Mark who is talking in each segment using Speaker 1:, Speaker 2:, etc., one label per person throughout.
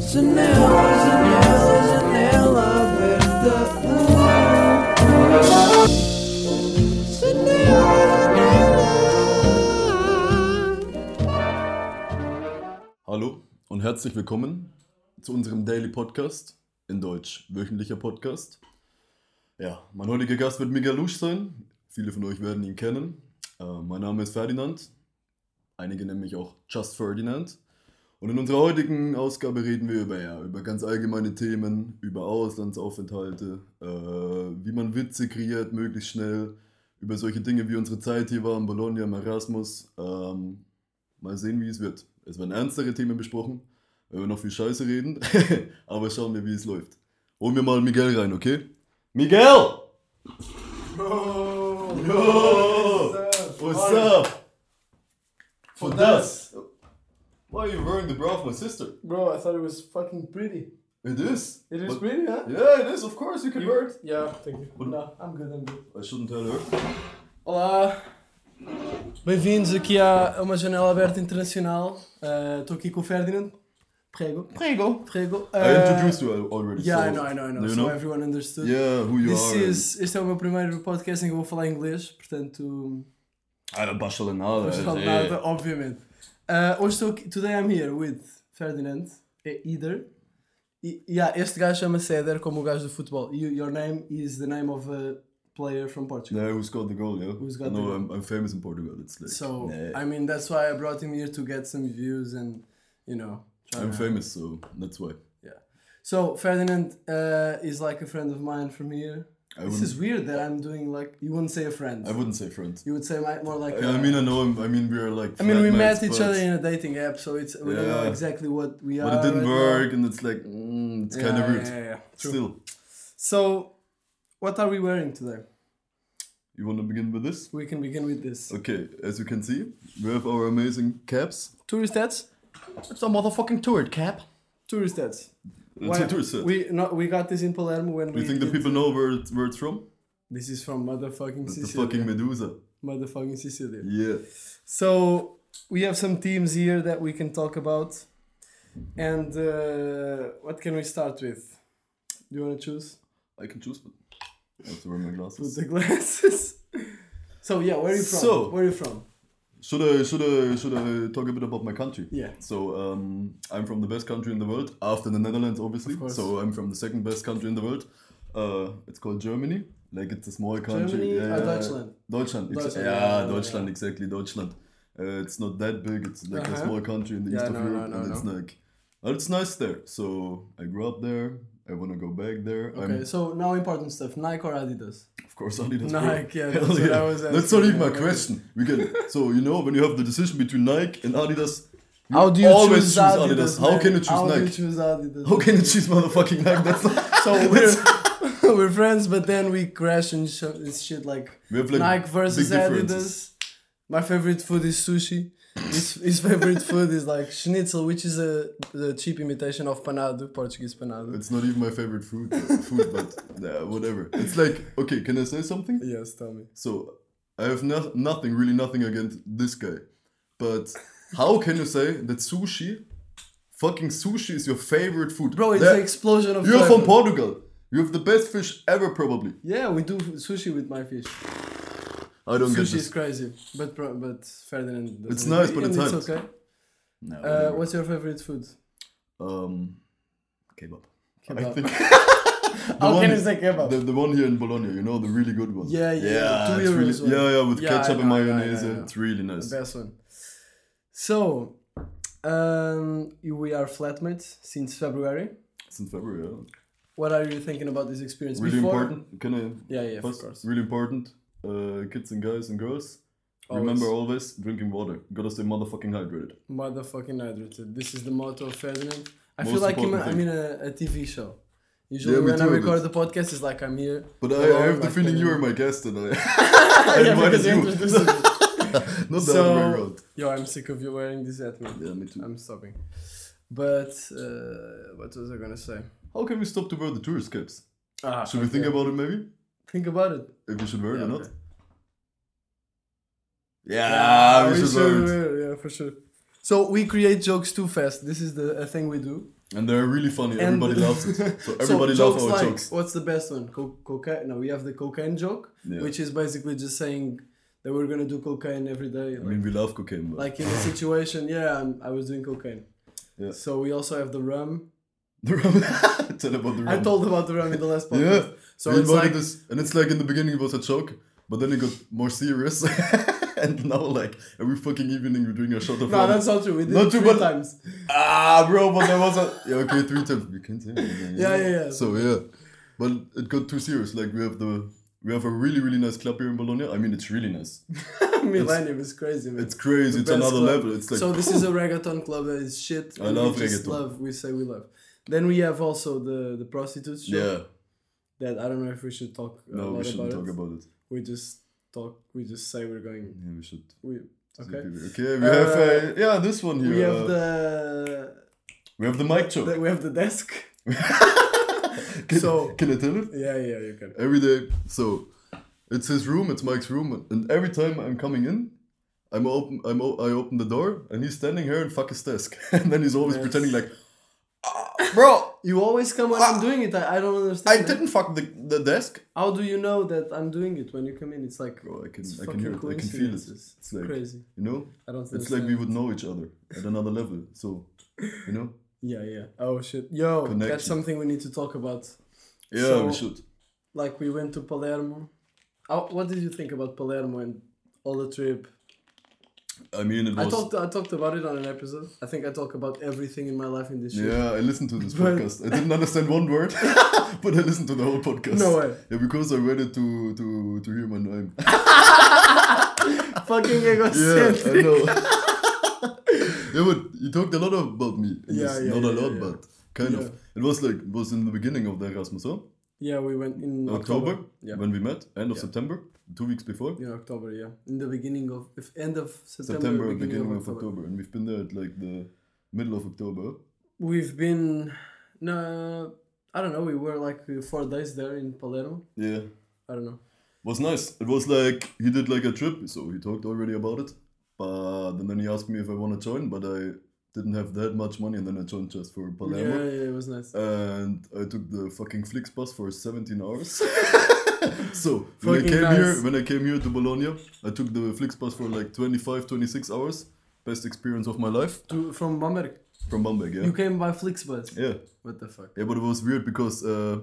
Speaker 1: Janela, janela, janela aberta. Janela, janela.
Speaker 2: Hallo und herzlich willkommen zu unserem Daily Podcast, in Deutsch wöchentlicher Podcast. Ja, mein heutiger Gast wird Miguel Lusch sein. Viele von euch werden ihn kennen. Äh, mein Name ist Ferdinand. Einige nennen mich auch Just Ferdinand. Und in unserer heutigen Ausgabe reden wir über, ja, über ganz allgemeine Themen, über Auslandsaufenthalte, äh, wie man Witze kreiert, möglichst schnell, über solche Dinge wie unsere Zeit hier war in Bologna, im Erasmus. Ähm, mal sehen, wie es wird. Es werden ernstere Themen besprochen, wenn wir noch viel Scheiße reden, aber schauen wir, wie es läuft. Holen wir mal Miguel rein, okay? Miguel! Yo! What's up? For das? Why are you wearing the bra of my sister?
Speaker 3: Bro, I thought it was fucking pretty.
Speaker 2: It is.
Speaker 3: It is
Speaker 2: But-
Speaker 3: pretty, huh?
Speaker 2: Yeah, it is. Of course, you can wear it.
Speaker 3: Yeah, thank you.
Speaker 2: What-
Speaker 3: No, I'm good, I'm good.
Speaker 2: I shouldn't tell her.
Speaker 3: Olá! Bem-vindos aqui à- a uma janela aberta internacional. Eh, Estou aqui com o Ferdinand. Prego. Prego. Prego.
Speaker 2: I
Speaker 3: Uh,
Speaker 2: introduced you al- already.
Speaker 3: Yeah,
Speaker 2: so
Speaker 3: I know, I know, I know.
Speaker 2: Do you
Speaker 3: So
Speaker 2: know?
Speaker 3: everyone understood.
Speaker 2: Yeah, who you
Speaker 3: This
Speaker 2: are.
Speaker 3: is, este é o meu primeiro podcast em que eu vou falar inglês, portanto,
Speaker 2: I don't bashal nada.
Speaker 3: não falo nada, obviamente. Uh, hoje estou aqui, today I'm here with Ferdinand, é Eder. E, yeah, este gajo chama-se Eder como o gajo do futebol. You, your name is the name of a player from Portugal.
Speaker 2: Yeah, who's got the goal, yeah?
Speaker 3: Who's got
Speaker 2: no,
Speaker 3: the goal?
Speaker 2: I'm, I'm famous in Portugal. It's like.
Speaker 3: So, uh,
Speaker 2: nah,
Speaker 3: I mean, that's why I brought him here to get some views and, you know. try
Speaker 2: I'm
Speaker 3: to-
Speaker 2: famous, so that's why.
Speaker 3: So, Ferdinand uh, is like a friend of mine from here.
Speaker 2: I
Speaker 3: this
Speaker 2: wouldn't,
Speaker 3: is weird that I'm doing like, you wouldn't say a friend.
Speaker 2: I wouldn't say friend.
Speaker 3: you would say my, more like
Speaker 2: I, I
Speaker 3: a-
Speaker 2: mean, I know. him- I mean, we are like.
Speaker 3: I mean, we
Speaker 2: flatmates,
Speaker 3: met each
Speaker 2: but-
Speaker 3: other in a dating app, so it's we don't know
Speaker 2: Yeah.
Speaker 3: exactly what we are.
Speaker 2: But it
Speaker 3: right
Speaker 2: didn't
Speaker 3: now.
Speaker 2: work, and it's like mm, it's kind
Speaker 3: Yeah,
Speaker 2: of weird.
Speaker 3: yeah, yeah, true.
Speaker 2: Still,
Speaker 3: So, what are we wearing today?
Speaker 2: you want to begin with this?
Speaker 3: We can begin with this.
Speaker 2: Okay, as you can see, we have our amazing caps.
Speaker 3: Tourist hats.
Speaker 2: It's a motherfucking turret cap.
Speaker 3: Tourist hats.
Speaker 2: It's
Speaker 3: Why-
Speaker 2: a tourist hat.
Speaker 3: We no, we got this in Palermo when
Speaker 2: Do
Speaker 3: we.
Speaker 2: you think the
Speaker 3: did-
Speaker 2: people know where it's, where it's from?
Speaker 3: This is from motherfucking
Speaker 2: It's the
Speaker 3: Sicily.
Speaker 2: fucking Medusa.
Speaker 3: motherfucking Sicily.
Speaker 2: Yeah.
Speaker 3: So we have some teams here that we can talk about, and uh, what can we start with? Do you want to choose?
Speaker 2: I can choose, but I have to wear my
Speaker 3: Put
Speaker 2: glasses.
Speaker 3: the glasses. so yeah, where are you from?
Speaker 2: So-
Speaker 3: where are you from?
Speaker 2: Should I should I should I talk a bit about my country?
Speaker 3: Yeah.
Speaker 2: So um, I'm from the best country in the world after the Netherlands, obviously.
Speaker 3: Of course.
Speaker 2: so I'm from the second best country in the world. Uh, it's called Germany. Like it's a small country.
Speaker 3: Germany
Speaker 2: yeah,
Speaker 3: or
Speaker 2: yeah.
Speaker 3: Deutschland?
Speaker 2: Deutschland. exa-
Speaker 3: Deutschland,
Speaker 2: Yeah,
Speaker 3: yeah,
Speaker 2: Deutschland.
Speaker 3: yeah.
Speaker 2: Exactly, Deutschland. Uh, it's not that big. It's like a
Speaker 3: Uh-huh.
Speaker 2: small country in the east
Speaker 3: Yeah,
Speaker 2: of
Speaker 3: no, no,
Speaker 2: Europe,
Speaker 3: no,
Speaker 2: and it's
Speaker 3: no.
Speaker 2: like, well, it's nice there. So I grew up there. I want to go back there.
Speaker 3: Okay,
Speaker 2: I'm,
Speaker 3: so now important stuff: Nike or Adidas?
Speaker 2: of course, Adidas. bro.
Speaker 3: Nike, yeah,
Speaker 2: Hell
Speaker 3: that's what I was
Speaker 2: That's not
Speaker 3: asking,
Speaker 2: even my
Speaker 3: yeah.
Speaker 2: question. We can. so you know when you have the decision between Nike and Adidas,
Speaker 3: How do you
Speaker 2: always
Speaker 3: choose
Speaker 2: choose Adidas.
Speaker 3: Adidas?
Speaker 2: How
Speaker 3: man?
Speaker 2: can you choose
Speaker 3: How do you
Speaker 2: Nike?
Speaker 3: choose Adidas?
Speaker 2: how can you choose motherfucking Nike? That's not,
Speaker 3: So we're, we're friends, but then we crash and sh- it's shit like,
Speaker 2: We have, like,
Speaker 3: Nike versus
Speaker 2: big
Speaker 3: Adidas.
Speaker 2: differences.
Speaker 3: My favorite food is sushi. His, his favorite food is like schnitzel, which is a the cheap imitation of panado, Portuguese panado.
Speaker 2: it's not even my favorite food. uh, Food, but nah, whatever. It's like okay. Can I say something?
Speaker 3: Yes, tell me.
Speaker 2: So I have no- nothing, really nothing against this guy. But how can you say that sushi, fucking sushi, is your favorite food?
Speaker 3: Bro, it's
Speaker 2: That-
Speaker 3: an explosion of
Speaker 2: You're from
Speaker 3: flavor.
Speaker 2: Portugal. You have the best fish ever, probably.
Speaker 3: Yeah, we do sushi with my fish.
Speaker 2: I don't get
Speaker 3: Sushi
Speaker 2: this.
Speaker 3: is crazy, but pro- but Ferdinand. doesn't
Speaker 2: It's
Speaker 3: like
Speaker 2: nice,
Speaker 3: it,
Speaker 2: but
Speaker 3: and
Speaker 2: it's
Speaker 3: it's
Speaker 2: hyped.
Speaker 3: okay.
Speaker 2: No,
Speaker 3: Uh,
Speaker 2: whatever.
Speaker 3: what's your favorite food?
Speaker 2: um, kebab. I
Speaker 3: Kebab.
Speaker 2: think
Speaker 3: How
Speaker 2: one-
Speaker 3: can you say kebab?
Speaker 2: the, the one here in Bologna, you know, the really good one.
Speaker 3: Yeah, yeah, two
Speaker 2: it's really-
Speaker 3: euros one.
Speaker 2: yeah, yeah, with
Speaker 3: Yeah, I
Speaker 2: ketchup and
Speaker 3: know, I know, I
Speaker 2: mayonnaise,
Speaker 3: know, I
Speaker 2: and
Speaker 3: know.
Speaker 2: it's really nice.
Speaker 3: The best one. So, um, you- we are flatmates since February.
Speaker 2: Since February, yeah.
Speaker 3: What are you thinking about this experience?
Speaker 2: Really
Speaker 3: Before,
Speaker 2: important. Can I
Speaker 3: Yeah, yeah, of
Speaker 2: First,
Speaker 3: course.
Speaker 2: Really important, uh, kids and guys and girls.
Speaker 3: Always.
Speaker 2: Remember always drinking water. Gotta stay motherfucking hydrated.
Speaker 3: Motherfucking hydrated. This is the motto of Ferdinand. I
Speaker 2: Most
Speaker 3: feel like I'm,
Speaker 2: important
Speaker 3: I'm in
Speaker 2: thing.
Speaker 3: a, a TV show. Usually,
Speaker 2: Yeah, me
Speaker 3: when I
Speaker 2: too,
Speaker 3: record
Speaker 2: but-
Speaker 3: the podcast, it's like I'm here.
Speaker 2: But I,
Speaker 3: alone,
Speaker 2: I have the
Speaker 3: like,
Speaker 2: feeling
Speaker 3: uh,
Speaker 2: you are my guest and I, I
Speaker 3: yeah,
Speaker 2: invited
Speaker 3: because you
Speaker 2: you.
Speaker 3: introduced me.
Speaker 2: Not the other way
Speaker 3: so,
Speaker 2: around.
Speaker 3: yo, I'm sick of you wearing this hat, man.
Speaker 2: Yeah, me too.
Speaker 3: I'm stopping. But uh, what was I gonna say?
Speaker 2: How can we stop to wear the tourist caps?
Speaker 3: Ah,
Speaker 2: Should we think about it maybe?
Speaker 3: think about it?
Speaker 2: If we should wear it
Speaker 3: Yeah,
Speaker 2: or not?
Speaker 3: okay.
Speaker 2: Yeah,
Speaker 3: Yeah,
Speaker 2: Ah, we, should wear it.
Speaker 3: wear it, Yeah, for sure. So we create jokes too fast. This is the a thing we do.
Speaker 2: And they're really funny. everybody loves it. So everybody
Speaker 3: so
Speaker 2: loves our jokes.
Speaker 3: What's the best one? Co- cocaine? No, we have the cocaine joke,
Speaker 2: Yeah.
Speaker 3: which is basically just saying that we're gonna do cocaine every day.
Speaker 2: I
Speaker 3: Like,
Speaker 2: mean, we love cocaine, but
Speaker 3: like in a situation, yeah, I'm, I was doing cocaine.
Speaker 2: Yeah.
Speaker 3: So we also have the rum.
Speaker 2: the rum. Tell about the rum.
Speaker 3: I told about the rum in the last
Speaker 2: Yeah.
Speaker 3: podcast. So
Speaker 2: We
Speaker 3: it's
Speaker 2: invented
Speaker 3: like
Speaker 2: this, and it's like in the beginning it was a joke, but then it got more serious, and now like every fucking evening we're doing a shot of
Speaker 3: no,
Speaker 2: rum.
Speaker 3: that's not true. We did
Speaker 2: Not
Speaker 3: it
Speaker 2: true,
Speaker 3: three
Speaker 2: but-
Speaker 3: times.
Speaker 2: Ah, bro, but there was a yeah, okay, three times we can say. anything,
Speaker 3: Yeah, yeah, yeah.
Speaker 2: So yeah, but it got too serious. Like we have the we have a really really nice club here in Bologna. I mean, it's really nice.
Speaker 3: Millennium is crazy, man.
Speaker 2: It's crazy.
Speaker 3: The
Speaker 2: it's
Speaker 3: best
Speaker 2: another
Speaker 3: club.
Speaker 2: level. It's like
Speaker 3: so this is a reggaeton club that is shit.
Speaker 2: I
Speaker 3: and
Speaker 2: love
Speaker 3: we just
Speaker 2: reggaeton.
Speaker 3: Love, we say we love. Then we have also the the prostitutes show.
Speaker 2: yeah.
Speaker 3: That I don't know if we should talk. a
Speaker 2: No,
Speaker 3: lot
Speaker 2: we shouldn't
Speaker 3: about
Speaker 2: talk
Speaker 3: it.
Speaker 2: about it.
Speaker 3: We just talk. We just say we're going.
Speaker 2: Yeah, we should.
Speaker 3: We okay.
Speaker 2: Okay. We have uh, yeah this one here.
Speaker 3: We have
Speaker 2: uh,
Speaker 3: the,
Speaker 2: we have the mic
Speaker 3: the
Speaker 2: joke.
Speaker 3: we have the desk.
Speaker 2: Can,
Speaker 3: so-
Speaker 2: can I tell it?
Speaker 3: Yeah, yeah, you can.
Speaker 2: every day. So it's his room, it's Mike's room, and every time I'm coming in, I'm open, I'm o- I open the door, and he's standing here and fuck his desk, and then he's always
Speaker 3: Yes. Ah,
Speaker 2: pretending like, bro,
Speaker 3: You always come when I'm doing it. I, I don't
Speaker 2: Ah. I
Speaker 3: understand. it.
Speaker 2: didn't fuck the, the desk.
Speaker 3: How do you know that I'm doing it when you come in? It's like
Speaker 2: Bro, I can
Speaker 3: it's
Speaker 2: I can hear it, I can feel it.
Speaker 3: coincidences.
Speaker 2: It's like
Speaker 3: crazy.
Speaker 2: you know,
Speaker 3: I don't.
Speaker 2: it's like we would know each other at another level. So you know,
Speaker 3: Yeah, yeah. Oh shit. Yo, that's
Speaker 2: Connection.
Speaker 3: something we need to talk about.
Speaker 2: yeah,
Speaker 3: So-
Speaker 2: we should.
Speaker 3: Like we went to Palermo. How, what did you think about Palermo and all the trip?
Speaker 2: I mean, it
Speaker 3: I
Speaker 2: was.
Speaker 3: talked I talked about it on an episode. I think I talk about everything in my life in this shit.
Speaker 2: yeah, I listened to this
Speaker 3: But-
Speaker 2: podcast. I didn't understand one word, but I listened to the whole podcast.
Speaker 3: No way.
Speaker 2: Yeah, because I waited to to to hear my name.
Speaker 3: Fucking
Speaker 2: Yeah,
Speaker 3: egocentric.
Speaker 2: I know. yeah, but you talked a lot about me. in
Speaker 3: Yeah,
Speaker 2: this.
Speaker 3: yeah,
Speaker 2: Not a
Speaker 3: yeah,
Speaker 2: lot,
Speaker 3: yeah.
Speaker 2: but kind of. It was like it was in the beginning of the Erasmus, huh?
Speaker 3: Yeah, we went in
Speaker 2: October,
Speaker 3: October. Yeah.
Speaker 2: when we met, end of
Speaker 3: Yeah.
Speaker 2: September, two weeks before.
Speaker 3: In October, yeah. In the beginning of if end of September,
Speaker 2: September,
Speaker 3: beginning, of, October.
Speaker 2: October, and we've been there at like the middle of October.
Speaker 3: We've been no I don't know, we were like four days there in Palermo.
Speaker 2: Yeah,
Speaker 3: I don't know.
Speaker 2: was nice. It was like he did like a trip, so he talked already about it. But and then he asked me if I want to join, but I didn't have that much money, and then I joined just for Palermo.
Speaker 3: Yeah, yeah, it was nice.
Speaker 2: and I took the fucking Flix bus for 17 hours. so when
Speaker 3: Fucking
Speaker 2: I came
Speaker 3: nice.
Speaker 2: here, when I came here to Bologna, I took the Flix bus for like 25, 26 hours. Best experience of my life
Speaker 3: To, from Bamberg.
Speaker 2: from Bamberg. Yeah,
Speaker 3: You came by Flixbus.
Speaker 2: yeah,
Speaker 3: What the fuck?
Speaker 2: yeah. But it was weird because uh,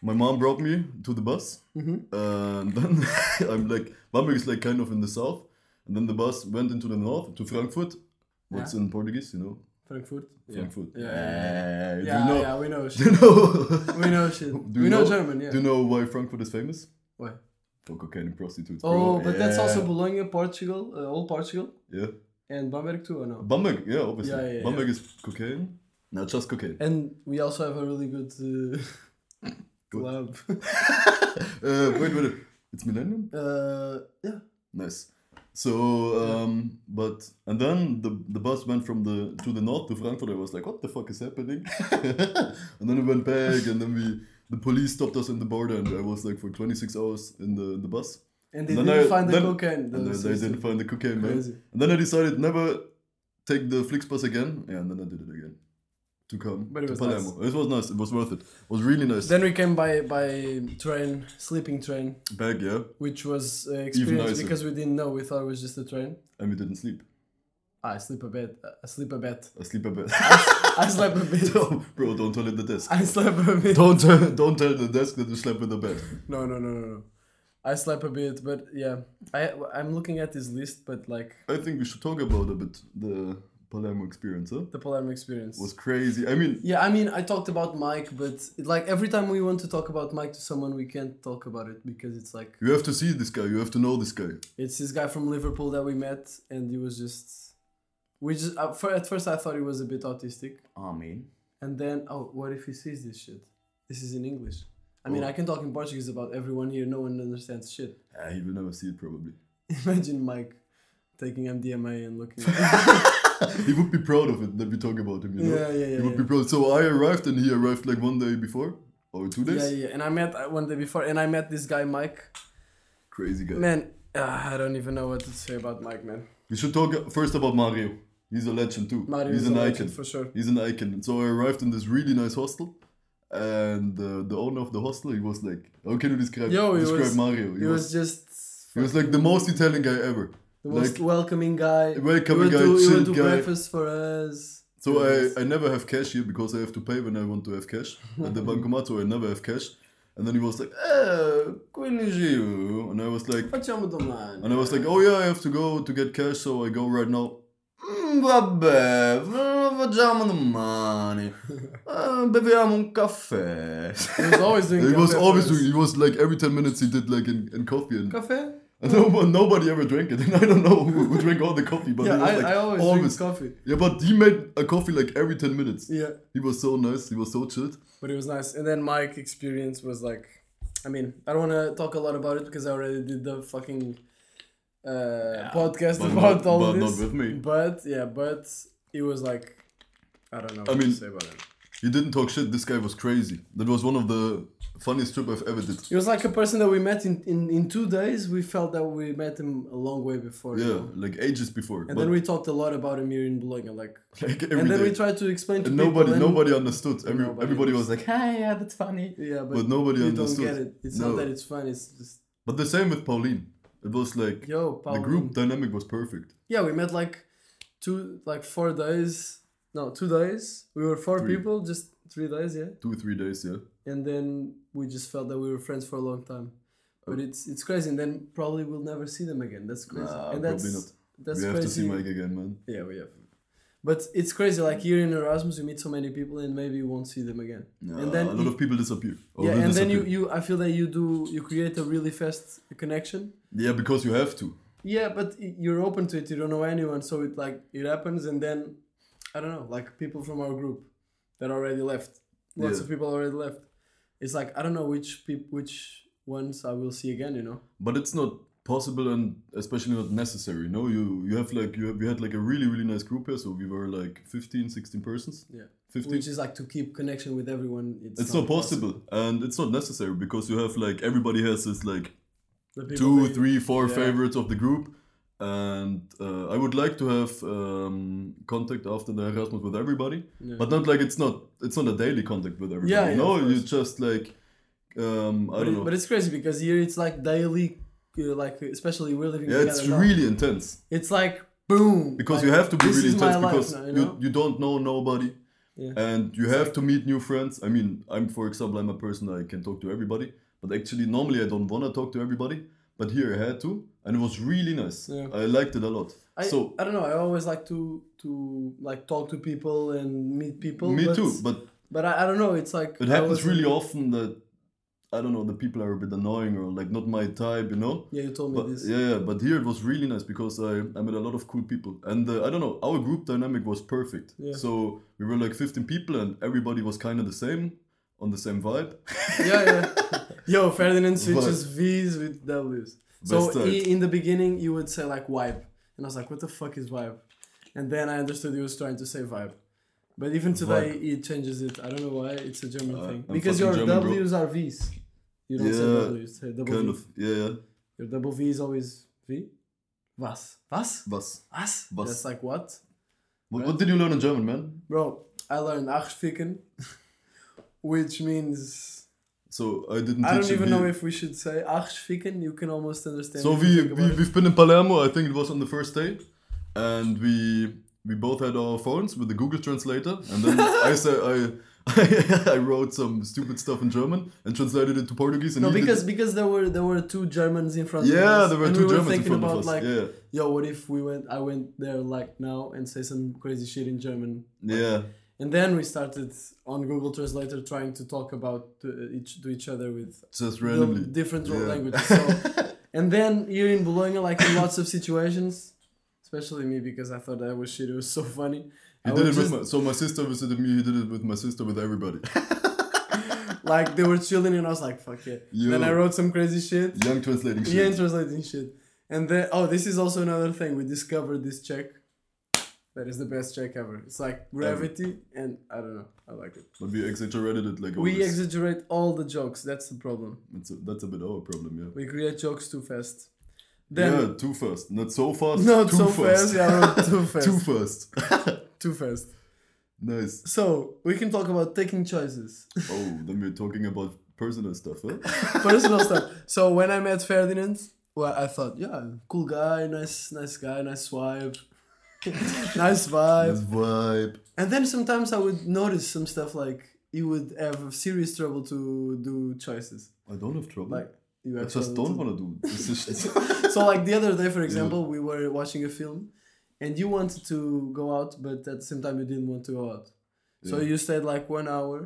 Speaker 2: my mom brought me to the bus,
Speaker 3: Mm-hmm.
Speaker 2: and then I'm like, Bamberg is like kind of in the south, and then the bus went into the north to Frankfurt. What's in Portuguese, you know?
Speaker 3: Frankfurt. Yeah.
Speaker 2: Frankfurt.
Speaker 3: Yeah, yeah, yeah.
Speaker 2: Eh, you
Speaker 3: yeah,
Speaker 2: know.
Speaker 3: yeah, we know
Speaker 2: You
Speaker 3: shit.
Speaker 2: know.
Speaker 3: we know shit.
Speaker 2: Do you
Speaker 3: we know,
Speaker 2: know-
Speaker 3: German, yeah.
Speaker 2: Do you know why Frankfurt is famous?
Speaker 3: Why?
Speaker 2: For cocaine and prostitutes.
Speaker 3: Oh,
Speaker 2: bro.
Speaker 3: but that's
Speaker 2: Yeah.
Speaker 3: also Bologna, Portugal, uh, all Portugal,
Speaker 2: Yeah.
Speaker 3: and Bamberg too, or no?
Speaker 2: Bamberg, yeah, obviously.
Speaker 3: Yeah, yeah, yeah.
Speaker 2: Bamberg is cocaine. No, just cocaine.
Speaker 3: And we also have a really good uh, club.
Speaker 2: Uh, wait, wait, wait. It's Millennium?
Speaker 3: uh, yeah.
Speaker 2: Nice. So, um, but, and then the, the bus went from the, to the north to Frankfurt. I was like, what the fuck is happening? and then it went back, and then we, the police stopped us in the border, and I was like for 26 hours in the, in the bus.
Speaker 3: And they
Speaker 2: Then
Speaker 3: didn't
Speaker 2: I-
Speaker 3: find the
Speaker 2: then-
Speaker 3: cocaine.
Speaker 2: And
Speaker 3: the
Speaker 2: then they didn't
Speaker 3: system.
Speaker 2: find the cocaine, man.
Speaker 3: Crazy.
Speaker 2: And then I decided never take the Flixbus again. Yeah, and then I did it again. To come
Speaker 3: But it
Speaker 2: to
Speaker 3: was
Speaker 2: Palermo. It was nice. It was worth it. It was really nice.
Speaker 3: Then we came by by train, sleeping train,
Speaker 2: Back, yeah.
Speaker 3: which was uh, experience
Speaker 2: nicer.
Speaker 3: because we didn't know. We thought it was just a train.
Speaker 2: And we didn't sleep.
Speaker 3: Ah, I sleep a bit. I sleep a bit.
Speaker 2: I sleep a bit.
Speaker 3: I slept a bit.
Speaker 2: Bro, don't tell it the desk.
Speaker 3: I slept a bit.
Speaker 2: Don't tell, don't tell the desk that you slept in the bed.
Speaker 3: No, no, no, no, no. I slept a bit, but yeah, I I'm looking at this list, but like
Speaker 2: I think we should talk about a bit the Palermo experience, huh?
Speaker 3: the Palermo experience.
Speaker 2: was crazy. I mean,
Speaker 3: yeah, I mean, I talked about Mike, but it, like every time we want to talk about Mike to someone, we can't talk about it because it's like
Speaker 2: you have to see this guy. You have to know this guy.
Speaker 3: it's this guy from Liverpool that we met, and he was just we just uh, for, at first I thought he was a bit autistic,
Speaker 2: I mean.
Speaker 3: and then oh, what if he sees this shit? This is in English. I mean,
Speaker 2: Oh.
Speaker 3: I can talk in Portuguese about everyone here. No one understands shit.
Speaker 2: Yeah, he will never see it probably.
Speaker 3: Imagine Mike taking MDMA and looking.
Speaker 2: He would be proud of it that we talk about him, you know?
Speaker 3: Yeah, yeah, yeah,
Speaker 2: He would be
Speaker 3: yeah.
Speaker 2: proud. So I arrived and he arrived like one day before or two days.
Speaker 3: Yeah, yeah, and I met uh, one day before, and I met this guy Mike.
Speaker 2: Crazy guy.
Speaker 3: Man, uh, I don't even know what to say about Mike, man.
Speaker 2: We should talk first about Mario. He's a legend too.
Speaker 3: Mario
Speaker 2: He's
Speaker 3: is
Speaker 2: an
Speaker 3: a
Speaker 2: icon.
Speaker 3: legend, for sure.
Speaker 2: He's an icon. And so I arrived in this really nice hostel, and uh, the owner of the hostel, he was like, "How can you describe
Speaker 3: Yo, he
Speaker 2: describe
Speaker 3: was-
Speaker 2: Mario?"
Speaker 3: He was just
Speaker 2: he was like the most Italian guy ever.
Speaker 3: the most
Speaker 2: like-
Speaker 3: welcoming guy.
Speaker 2: welcoming
Speaker 3: he would
Speaker 2: guy,
Speaker 3: do, he
Speaker 2: chill
Speaker 3: would do
Speaker 2: guy.
Speaker 3: breakfast for us.
Speaker 2: So
Speaker 3: Yes.
Speaker 2: I, I never have cash here because I have to pay when I want to have cash at the bancomat. So I never have cash. And then he was like, "Eh, queen is you," and I was like,
Speaker 3: Facciamo domani.
Speaker 2: and I was like, "Oh yeah, I have to go to get cash, so I go right now." "Mm, Vabbè, f- facciamo domani. Eh, Beviamo un caffè.
Speaker 3: He was always doing
Speaker 2: He was
Speaker 3: cafe
Speaker 2: always
Speaker 3: for us.
Speaker 2: doing. He was like every ten minutes he did like in, in coffee and,
Speaker 3: Cafe?
Speaker 2: and no one, nobody ever drank it. And I don't know who, who drank all the coffee, but he
Speaker 3: Yeah,
Speaker 2: was
Speaker 3: I,
Speaker 2: like
Speaker 3: I always,
Speaker 2: always.
Speaker 3: drink coffee.
Speaker 2: Yeah, but he made a coffee like every ten minutes.
Speaker 3: Yeah,
Speaker 2: He was so nice. He was so chilled.
Speaker 3: but it was nice. And then my experience was like, I mean, I don't want to talk a lot about it because I already did the fucking uh, podcast
Speaker 2: but
Speaker 3: about
Speaker 2: not-
Speaker 3: all
Speaker 2: but
Speaker 3: this.
Speaker 2: not with me.
Speaker 3: But yeah, but it was like, I don't know what
Speaker 2: mean-
Speaker 3: to say about it.
Speaker 2: He didn't talk shit. This guy was crazy. That was one of the funniest trip I've ever did.
Speaker 3: It was like a person that we met in, in, in two days. We felt that we met him a long way before. you
Speaker 2: Yeah,
Speaker 3: know?
Speaker 2: like ages before.
Speaker 3: And
Speaker 2: but
Speaker 3: then we talked a lot about him here in Bologna, like.
Speaker 2: like every
Speaker 3: And then
Speaker 2: day.
Speaker 3: we tried to explain to
Speaker 2: and
Speaker 3: people.
Speaker 2: nobody,
Speaker 3: and-
Speaker 2: nobody understood. Every,
Speaker 3: Nobody
Speaker 2: everybody was like, "Hey, yeah, that's funny."
Speaker 3: Yeah, but,
Speaker 2: but nobody
Speaker 3: you
Speaker 2: understood.
Speaker 3: don't get it. It's
Speaker 2: No.
Speaker 3: not that it's fun. It's just
Speaker 2: But the same with Pauline. It was like
Speaker 3: yo, Paul.
Speaker 2: the group dynamic was perfect.
Speaker 3: Yeah, we met like two, like four days. No, two days. We were four
Speaker 2: Three.
Speaker 3: people, just three days, yeah.
Speaker 2: Two, three days, yeah.
Speaker 3: And then we just felt that we were friends for a long time. But it's it's crazy, and then probably we'll never see them again. That's crazy.
Speaker 2: Oh. Nah,
Speaker 3: and
Speaker 2: probably
Speaker 3: that's
Speaker 2: not.
Speaker 3: that's
Speaker 2: we have
Speaker 3: crazy.
Speaker 2: to see Mike again, man.
Speaker 3: Yeah, we have. But it's crazy. Like here in Erasmus, you meet so many people, and maybe you won't see them again.
Speaker 2: Yeah,
Speaker 3: and then
Speaker 2: a lot
Speaker 3: you-
Speaker 2: of people disappear. Or
Speaker 3: yeah,
Speaker 2: will
Speaker 3: and then you,
Speaker 2: disappear.
Speaker 3: you I feel that you do you create a really fast connection.
Speaker 2: yeah, because you have to.
Speaker 3: Yeah, but y- you're open to it. You don't know anyone, so it like it happens, and then I don't know, like people from our group that already left. Lots
Speaker 2: Yeah.
Speaker 3: of people already left. It's like I don't know which peop- which ones I will see again. You know.
Speaker 2: but it's not possible and especially not necessary no you you have like you have, you had like a really really nice group here so we were like 15 16 persons
Speaker 3: Yeah.
Speaker 2: 15
Speaker 3: Which is like to keep connection with everyone. It's,
Speaker 2: it's not possible. and it's not necessary because you have like everybody has his like
Speaker 3: The people
Speaker 2: two
Speaker 3: that-
Speaker 2: three four
Speaker 3: yeah.
Speaker 2: favorites of the group and uh, i would like to have um, contact after the erasmus with everybody
Speaker 3: Yeah.
Speaker 2: but not like it's not it's not a daily contact with everybody
Speaker 3: Yeah, yeah,
Speaker 2: no
Speaker 3: of course.
Speaker 2: you just like um i
Speaker 3: but,
Speaker 2: don't
Speaker 3: it,
Speaker 2: know
Speaker 3: but it's crazy because here it's like daily, uh, like especially we're living.
Speaker 2: yeah it's
Speaker 3: together now.
Speaker 2: really intense
Speaker 3: It's like boom.
Speaker 2: because
Speaker 3: like,
Speaker 2: you have to be
Speaker 3: this
Speaker 2: really
Speaker 3: is my
Speaker 2: intense
Speaker 3: life
Speaker 2: because
Speaker 3: now,
Speaker 2: you,
Speaker 3: you know?
Speaker 2: you, don't know nobody
Speaker 3: Yeah.
Speaker 2: and you have to meet new friends i mean i'm for example i'm a person i can talk to everybody but actually normally i don't want to talk to everybody but here i had to and it was really nice
Speaker 3: Yeah.
Speaker 2: i liked it a lot
Speaker 3: I,
Speaker 2: so
Speaker 3: I don't know. I always like to to like talk to people and meet people.
Speaker 2: me
Speaker 3: but,
Speaker 2: too but
Speaker 3: But I, I don't know. It's like
Speaker 2: it
Speaker 3: I
Speaker 2: happens
Speaker 3: was-
Speaker 2: really often that i don't know the people are a bit annoying or like not my type you know
Speaker 3: Yeah, you told me
Speaker 2: But
Speaker 3: this.
Speaker 2: yeah, yeah, but here it was really nice because I, I met a lot of cool people. And uh, I don't know, our group dynamic was perfect.
Speaker 3: Yeah.
Speaker 2: So we were like 15 people and everybody was kind of the same, on the same vibe.
Speaker 3: yeah, yeah. Yo, Ferdinand switches V's with W's. So
Speaker 2: Best type.
Speaker 3: he, in the beginning, you would say like vibe, and I was like, what the fuck is vibe? And then I understood he was trying to say vibe. But even today,
Speaker 2: Vibe.
Speaker 3: he changes it. I don't know why. It's a German
Speaker 2: Uh,
Speaker 3: thing.
Speaker 2: I'm
Speaker 3: Because your
Speaker 2: fucking German, bro.
Speaker 3: W's are V's. You don't
Speaker 2: Yeah,
Speaker 3: say W's. Say double
Speaker 2: kind
Speaker 3: V.
Speaker 2: of. Yeah, yeah.
Speaker 3: Your double V is always V. Was? Was?
Speaker 2: Was?
Speaker 3: Was?
Speaker 2: Was.
Speaker 3: That's like what?
Speaker 2: What, what did you learn in German, man?
Speaker 3: Bro, I learned Achficken, which means.
Speaker 2: So I didn't
Speaker 3: I don't
Speaker 2: teach you
Speaker 3: even
Speaker 2: wie-
Speaker 3: know if we should say Achficken. You can almost understand.
Speaker 2: So
Speaker 3: if you
Speaker 2: we,
Speaker 3: think
Speaker 2: we
Speaker 3: about it.
Speaker 2: we've been in Palermo. I think it was on the first day, and we we both had our phones with the Google translator, and then I said I. I wrote some stupid stuff in German and translated it to Portuguese. And
Speaker 3: No,
Speaker 2: he did-
Speaker 3: because because there were there were two Germans in front of us.
Speaker 2: yeah, there were
Speaker 3: and
Speaker 2: two
Speaker 3: we
Speaker 2: Germans
Speaker 3: were
Speaker 2: in
Speaker 3: thinking
Speaker 2: front
Speaker 3: about
Speaker 2: of us.
Speaker 3: like,
Speaker 2: yeah,
Speaker 3: yo, what if we went? I went there like now and say some crazy shit in German.
Speaker 2: yeah.
Speaker 3: And then we started on Google Translator trying to talk about to each to each other with
Speaker 2: Just
Speaker 3: the
Speaker 2: randomly.
Speaker 3: different
Speaker 2: Yeah.
Speaker 3: languages. So, and then here in Bologna, like in lots of situations, especially me because I thought I was shit. It was so funny.
Speaker 2: He
Speaker 3: I
Speaker 2: did
Speaker 3: would
Speaker 2: it with
Speaker 3: just-
Speaker 2: my, so my sister visited me. He did it with my sister with everybody.
Speaker 3: like they were chilling, and I was like, "Fuck yeah."
Speaker 2: Yo.
Speaker 3: Then I wrote some crazy shit.
Speaker 2: Young translating shit.
Speaker 3: Yeah, and translating shit. And then oh, this is also another thing. We discovered this check. That is the best check ever. It's like gravity, and I don't know. I like it.
Speaker 2: But we exaggerated it like
Speaker 3: We
Speaker 2: always.
Speaker 3: exaggerate all the jokes. That's the problem.
Speaker 2: It's a- that's a bit our problem, yeah.
Speaker 3: We create jokes too fast. Then,
Speaker 2: yeah, too fast. Not so fast.
Speaker 3: not
Speaker 2: too
Speaker 3: so
Speaker 2: fast.
Speaker 3: fast. Yeah, not too fast.
Speaker 2: Too fast.
Speaker 3: too fast.
Speaker 2: nice.
Speaker 3: So we can talk about taking choices.
Speaker 2: Oh, then we're talking about personal stuff, huh?
Speaker 3: personal stuff. So when I met Ferdinand, well, I thought, yeah, cool guy, nice, nice guy, nice vibe, nice
Speaker 2: Nice
Speaker 3: vibe.
Speaker 2: vibe.
Speaker 3: And then sometimes I would notice some stuff like you would have serious trouble to do choices.
Speaker 2: I don't have trouble.
Speaker 3: Like you
Speaker 2: I
Speaker 3: have
Speaker 2: just
Speaker 3: trouble
Speaker 2: don't
Speaker 3: to-
Speaker 2: want to do. This is
Speaker 3: So like the other day, for example, we were watching a film, and you wanted to go out, but at the same time you didn't want to go out. So
Speaker 2: Yeah.
Speaker 3: you stayed like one hour,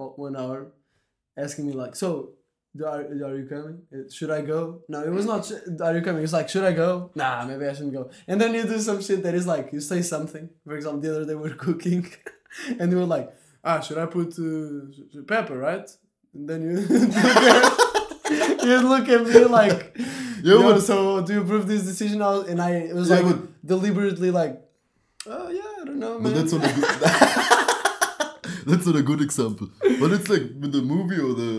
Speaker 3: o- one hour, asking me like, so do- are, are you coming? Uh, Should I go? No, it was not. sh- Are you coming? It's like, should I go? Nah, maybe I shouldn't go. And then you do some shit that is like, you say something. For example, the other day we were cooking, and you were like, ah, should I put uh, sh- sh- pepper, right? And then you you look at me like,
Speaker 2: Yeah,
Speaker 3: yo,
Speaker 2: but-
Speaker 3: so do you approve this decision? I was- And I it was
Speaker 2: Yeah,
Speaker 3: like
Speaker 2: but-
Speaker 3: deliberately like, oh yeah, I don't know, man.
Speaker 2: But that's not a good. that's not a good example. But it's like with the movie or the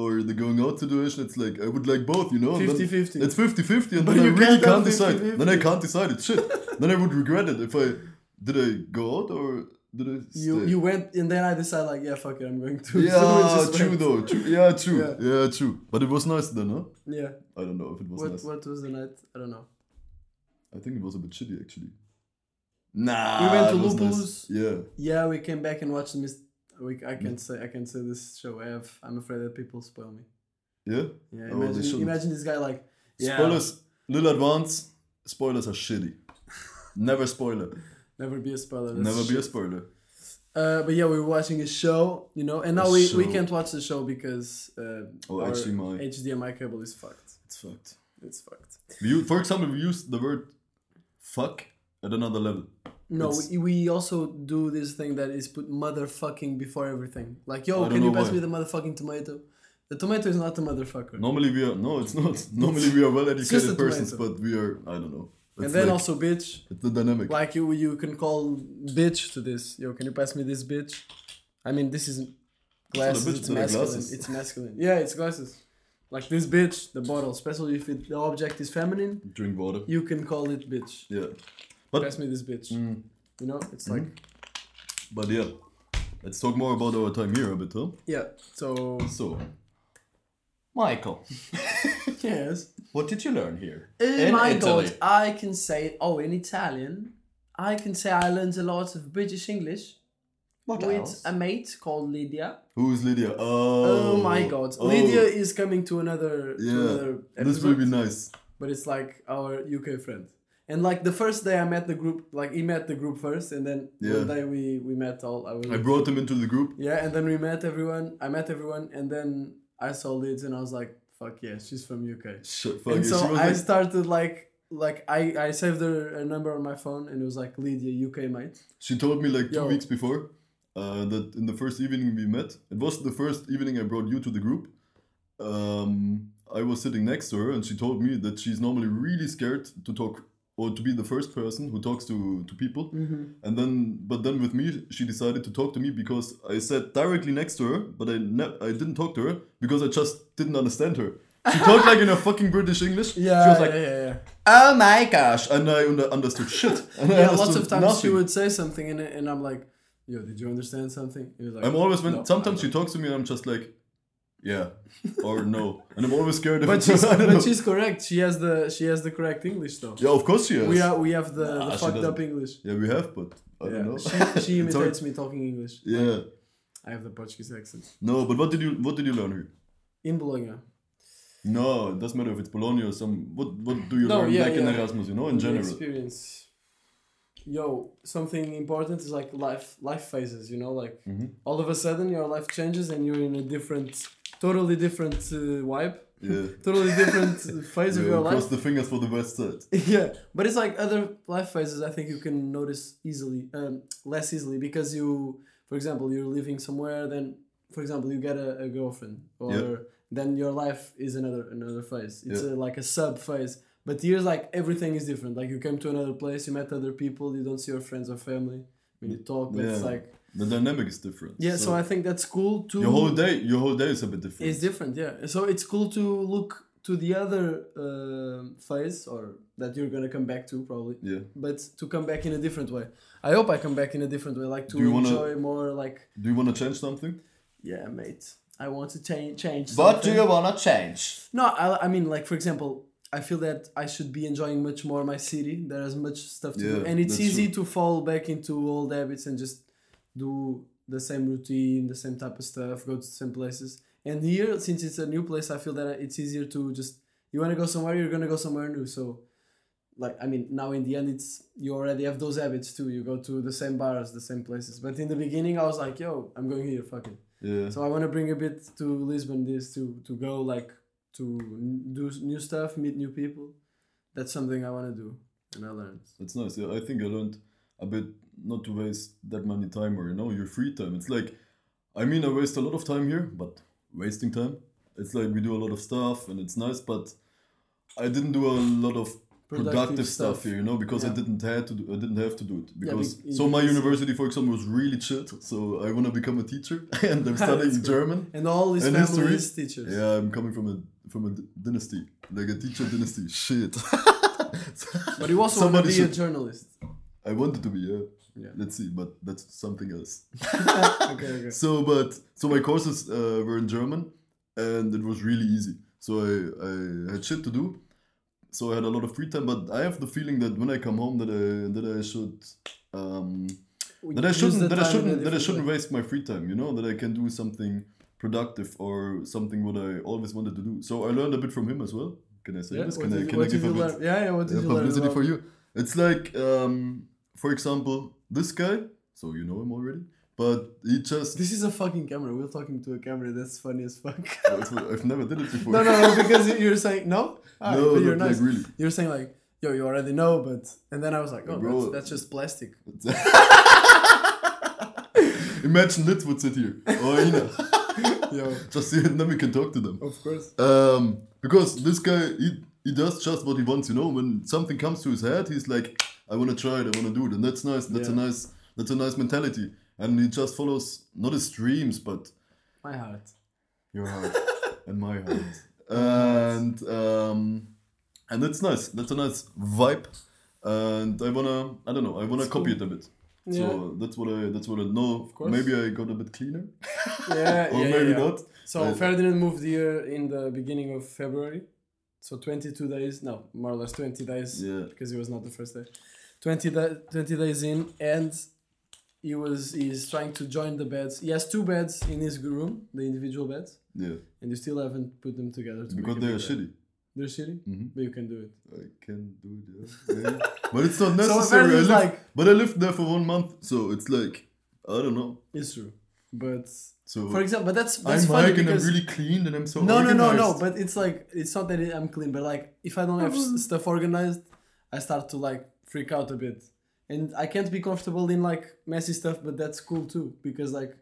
Speaker 2: or the going out situation. It's like I would like both, you know. and then-
Speaker 3: 50-50.
Speaker 2: It's 50-50 and
Speaker 3: But
Speaker 2: then I
Speaker 3: you
Speaker 2: really
Speaker 3: can't have
Speaker 2: can't decide.
Speaker 3: 50-50.
Speaker 2: Then I can't decide. It's shit. then I would regret it if I did I go out or did I stay.
Speaker 3: You you went and then I decided like yeah fuck it I'm going to
Speaker 2: yeah,
Speaker 3: So we just
Speaker 2: true
Speaker 3: went.
Speaker 2: though. True. Yeah, true.
Speaker 3: Yeah.
Speaker 2: Yeah. true. But it was nice then, huh?
Speaker 3: yeah
Speaker 2: I don't know if it was
Speaker 3: what
Speaker 2: nice.
Speaker 3: what was the night I don't know
Speaker 2: I think it was a bit shitty actually. Nah.
Speaker 3: We went to
Speaker 2: it was nice.
Speaker 3: Lupus.
Speaker 2: Yeah.
Speaker 3: yeah we came back and watched Miss we I
Speaker 2: Mm.
Speaker 3: can't say I can't say this show I have I'm afraid that people spoil me
Speaker 2: Yeah.
Speaker 3: yeah
Speaker 2: Oh, they
Speaker 3: imagine
Speaker 2: shouldn't.
Speaker 3: imagine this guy like yeah,
Speaker 2: Spoilers. Little advance. Spoilers are shitty. Never spoiler.
Speaker 3: never be a spoiler that's
Speaker 2: Never be a
Speaker 3: shit.
Speaker 2: spoiler.
Speaker 3: uh, but yeah we were watching a show you know and now
Speaker 2: A
Speaker 3: we, we
Speaker 2: show.
Speaker 3: can't watch the show because uh,
Speaker 2: Oh,
Speaker 3: our
Speaker 2: HDMI.
Speaker 3: HDMI cable is fucked
Speaker 2: It's fucked.
Speaker 3: it's fucked
Speaker 2: We, u- for example, we used the word fuck at another level.
Speaker 3: No,
Speaker 2: It's-
Speaker 3: we, we also do this thing that is put motherfucking before everything. Like, yo,
Speaker 2: I
Speaker 3: can
Speaker 2: don't
Speaker 3: you
Speaker 2: know
Speaker 3: pass
Speaker 2: why.
Speaker 3: me the motherfucking tomato? The tomato is not a motherfucker.
Speaker 2: Normally we are no, it's not. Normally we are well
Speaker 3: just a
Speaker 2: educated persons,
Speaker 3: tomato.
Speaker 2: but we are I don't know. It's
Speaker 3: and then
Speaker 2: like-
Speaker 3: also bitch.
Speaker 2: it's the dynamic.
Speaker 3: Like you, you can call bitch to this. Yo, can you pass me this bitch? I mean, this isn't
Speaker 2: not a
Speaker 3: glasses.
Speaker 2: bitch,
Speaker 3: it's
Speaker 2: they're
Speaker 3: masculine.
Speaker 2: glasses.
Speaker 3: It's masculine. Yeah, it's glasses. Like this bitch, the bottle. Especially if it, the object is feminine,
Speaker 2: Drink water.
Speaker 3: you can call it bitch.
Speaker 2: Yeah, But-
Speaker 3: pass me this bitch.
Speaker 2: Mm.
Speaker 3: You know, it's like
Speaker 2: but yeah, let's talk more about our time here a bit, huh?
Speaker 3: yeah. So
Speaker 2: So, Michael,
Speaker 3: yes.
Speaker 2: what did you learn here
Speaker 3: Oh my god, I can say oh in Italian. I can say I learned a lot of British English
Speaker 2: What
Speaker 3: with a mate called Lydia.
Speaker 2: Who is Lydia? Oh,
Speaker 3: Oh, my god.
Speaker 2: Oh.
Speaker 3: Lydia is coming to another, to
Speaker 2: Yeah,
Speaker 3: another
Speaker 2: this will
Speaker 3: episode,
Speaker 2: be nice.
Speaker 3: but it's like our UK friend. And like the first day I met the group, like he met the group first and then
Speaker 2: Yeah.
Speaker 3: one day we, we met all I was
Speaker 2: I brought him into the group.
Speaker 3: Yeah, and then we met everyone. I met everyone and then I saw Lids and I was like, fuck yeah, she's from UK
Speaker 2: Shit, fuck
Speaker 3: and
Speaker 2: it.
Speaker 3: so
Speaker 2: she was
Speaker 3: I
Speaker 2: like,
Speaker 3: started like like I I saved her a number on my phone and it was like Lydia UK mate.
Speaker 2: She told me like two
Speaker 3: Yo.
Speaker 2: weeks before uh, that in the first evening we met, it was the first evening I brought you to the group. Um, I was sitting next to her, and she told me that she's normally really scared to talk or to be the first person who talks to to people. And then, but then with me, she decided to talk to me because I sat directly next to her, but I ne- I didn't talk to her because I just didn't understand her. She talked like in a fucking British English.
Speaker 3: Yeah,
Speaker 2: she was like,
Speaker 3: yeah, yeah, yeah.
Speaker 2: "Oh my gosh," and I under- understood shit. And I
Speaker 3: Yeah, lots
Speaker 2: understood
Speaker 3: of times she
Speaker 2: nothing.
Speaker 3: would say something and and I'm like, yo, did you understand something? It was like,
Speaker 2: I'm always when
Speaker 3: "No,
Speaker 2: sometimes
Speaker 3: I
Speaker 2: she talks to me and I'm just like, yeah, or no, and I'm always scared. If
Speaker 3: don't." But
Speaker 2: it's-
Speaker 3: she's
Speaker 2: I don't know.
Speaker 3: but she's correct. She has the she has the correct English though.
Speaker 2: yeah, of course she is.
Speaker 3: We are we have the,
Speaker 2: Nah,
Speaker 3: the
Speaker 2: she
Speaker 3: fucked up
Speaker 2: doesn't.
Speaker 3: English.
Speaker 2: yeah, we have, but I
Speaker 3: Yeah.
Speaker 2: don't know.
Speaker 3: She, she
Speaker 2: It's hard-
Speaker 3: imitates me talking English.
Speaker 2: yeah,
Speaker 3: I have the Portuguese accent.
Speaker 2: no, but what did you what did you learn here?
Speaker 3: In Bologna.
Speaker 2: No, it doesn't matter if it's Bologna or some. What what do you
Speaker 3: No,
Speaker 2: learn
Speaker 3: yeah,
Speaker 2: back in
Speaker 3: yeah.
Speaker 2: Erasmus? You know, in
Speaker 3: The
Speaker 2: general.
Speaker 3: experience yo something important is like life life phases you know like
Speaker 2: Mm-hmm.
Speaker 3: all of a sudden your life changes and you're in a different totally different uh, vibe
Speaker 2: Yeah.
Speaker 3: totally different phase of
Speaker 2: Yeah,
Speaker 3: your
Speaker 2: cross
Speaker 3: life
Speaker 2: the fingers for the best side.
Speaker 3: yeah but it's like other life phases i think you can notice easily um, less easily because you for example you're living somewhere then for example you get a, a girlfriend or
Speaker 2: Yeah.
Speaker 3: then your life is another another phase it's
Speaker 2: Yeah.
Speaker 3: a, like a sub phase but here's like everything is different like you came to another place you met other people you don't see your friends or family when you talk but it's
Speaker 2: Yeah.
Speaker 3: like
Speaker 2: The dynamic is different.
Speaker 3: yeah so, i think that's cool too
Speaker 2: your whole day, your whole day is a bit different.
Speaker 3: it's different yeah so it's cool to look to the other uh, phase, or that you're gonna come back to probably,
Speaker 2: Yeah.
Speaker 3: but to come back in a different way. I hope I come back in a different way, like to
Speaker 2: Do you wanna-
Speaker 3: enjoy more, like
Speaker 2: Do you want to change something?
Speaker 3: yeah, mate. I want to change change.
Speaker 2: But do
Speaker 3: something.
Speaker 2: you want to change?
Speaker 3: No, I, I mean, like, for example, I feel that I should be enjoying much more my city. There is much stuff to do.
Speaker 2: Yeah,
Speaker 3: And it's
Speaker 2: that's
Speaker 3: easy to fall back into old habits and just do the same routine, the same type of stuff, go to the same places. And here, since it's a new place, I feel that it's easier to just, you want to go somewhere, you're going to go somewhere new. So, like, I mean, now in the end, it's, you already have those habits too. You go to the same bars, the same places. But in the beginning, I was like, yo, I'm going here, fuck it.
Speaker 2: Yeah.
Speaker 3: So I want to bring a bit to Lisbon this to to go like to n- do s- new stuff, meet new people. That's something I want to do, and I learned.
Speaker 2: That's nice. Yeah, I think I learned a bit not to waste that many time or you know your free time. It's like, I mean, I waste a lot of time here, but wasting time. It's like we do a lot of stuff and it's nice, but I didn't do a lot of productive, stuff. here, you know, because I
Speaker 3: Yeah.
Speaker 2: didn't had to. Do, I didn't have to do it because
Speaker 3: be- in
Speaker 2: so my
Speaker 3: because-
Speaker 2: university, for example, was really chilled. So I wanna become a teacher and I'm studying
Speaker 3: That's
Speaker 2: German.
Speaker 3: And all his
Speaker 2: And
Speaker 3: family
Speaker 2: history.
Speaker 3: is teachers.
Speaker 2: Yeah, I'm coming from a from a d- dynasty, like a teacher dynasty. Shit.
Speaker 3: But you also want to
Speaker 2: Somebody
Speaker 3: be a
Speaker 2: should-
Speaker 3: journalist.
Speaker 2: I wanted to be, yeah.
Speaker 3: Yeah.
Speaker 2: Let's see, but that's something else.
Speaker 3: okay, okay.
Speaker 2: So, but so my courses uh, were in German, and it was really easy. So I, I had shit to do, so I had a lot of free time. But I have the feeling that when I come home, that I that I should um,
Speaker 3: We
Speaker 2: that I
Speaker 3: use
Speaker 2: shouldn't
Speaker 3: the
Speaker 2: that I
Speaker 3: time in a
Speaker 2: shouldn't that I
Speaker 3: different
Speaker 2: shouldn't
Speaker 3: way.
Speaker 2: waste my free time. You know that I can do something productive or something what I always wanted to do. So I learned a bit from him as well. Can I say
Speaker 3: Yeah,
Speaker 2: this?
Speaker 3: what
Speaker 2: Can I
Speaker 3: did you-
Speaker 2: can I
Speaker 3: what did
Speaker 2: give a
Speaker 3: you
Speaker 2: bit?
Speaker 3: learn? Yeah, yeah. What did
Speaker 2: Yeah,
Speaker 3: you learn?
Speaker 2: publicity
Speaker 3: about-
Speaker 2: for you. It's like, um, for example, this guy. So you know him already, but he just.
Speaker 3: This is a fucking camera. We're talking to a camera. That's funny as fuck.
Speaker 2: I've never did it before.
Speaker 3: no, no, no. Because you're saying no. Ah,
Speaker 2: no,
Speaker 3: but you're
Speaker 2: not
Speaker 3: nice.
Speaker 2: like really.
Speaker 3: You're saying like, yo, you already know, but and then I was like, oh,
Speaker 2: Bro.
Speaker 3: that's, that's just plastic.
Speaker 2: Imagine Litz would sit here or Ina,
Speaker 3: yo,
Speaker 2: just see it, and then we can talk to them.
Speaker 3: of course.
Speaker 2: Um, because this guy, he, he does just what he wants. You know, when something comes to his head, he's like, "I want to try it. I want to do it," and that's nice. That's
Speaker 3: Yeah.
Speaker 2: a nice. That's a nice mentality, and he just follows not his dreams, but
Speaker 3: My heart.
Speaker 2: your heart and my heart and um and that's nice that's a nice vibe and i wanna i don't know i wanna
Speaker 3: It's
Speaker 2: copy
Speaker 3: cool.
Speaker 2: it a bit
Speaker 3: Yeah.
Speaker 2: so that's what i that's what i know of
Speaker 3: course.
Speaker 2: maybe i got a bit cleaner
Speaker 3: yeah,
Speaker 2: or
Speaker 3: yeah,
Speaker 2: maybe
Speaker 3: yeah.
Speaker 2: not
Speaker 3: So
Speaker 2: Uh,
Speaker 3: Ferdinand moved here in the beginning of February. So 22 days, no, more or less 20 days,
Speaker 2: Yeah.
Speaker 3: because it was not the first day. 20, da 20 days in, and he was he's trying to join the beds. He has two beds in his room, the individual beds,
Speaker 2: yeah
Speaker 3: and you still haven't put them together. To
Speaker 2: because
Speaker 3: make a
Speaker 2: they are
Speaker 3: big bed.
Speaker 2: shitty
Speaker 3: They're shitty,
Speaker 2: Mhm.
Speaker 3: but you can do it.
Speaker 2: i can do it yeah. maybe. but it's not
Speaker 3: So
Speaker 2: necessary I
Speaker 3: apparently it's
Speaker 2: lived,
Speaker 3: like
Speaker 2: but i lived there for one month so it's like i don't know
Speaker 3: it's true, but
Speaker 2: so
Speaker 3: for example, but that's that's
Speaker 2: i'm
Speaker 3: funny
Speaker 2: Mike and i'm
Speaker 3: because
Speaker 2: really clean and i'm so
Speaker 3: No, no, no, no.
Speaker 2: organized.
Speaker 3: But it's like it's not that I'm clean, but like if I don't have s- stuff organized, I start to like freak out a bit, and I can't be comfortable in like messy stuff. But that's cool too because like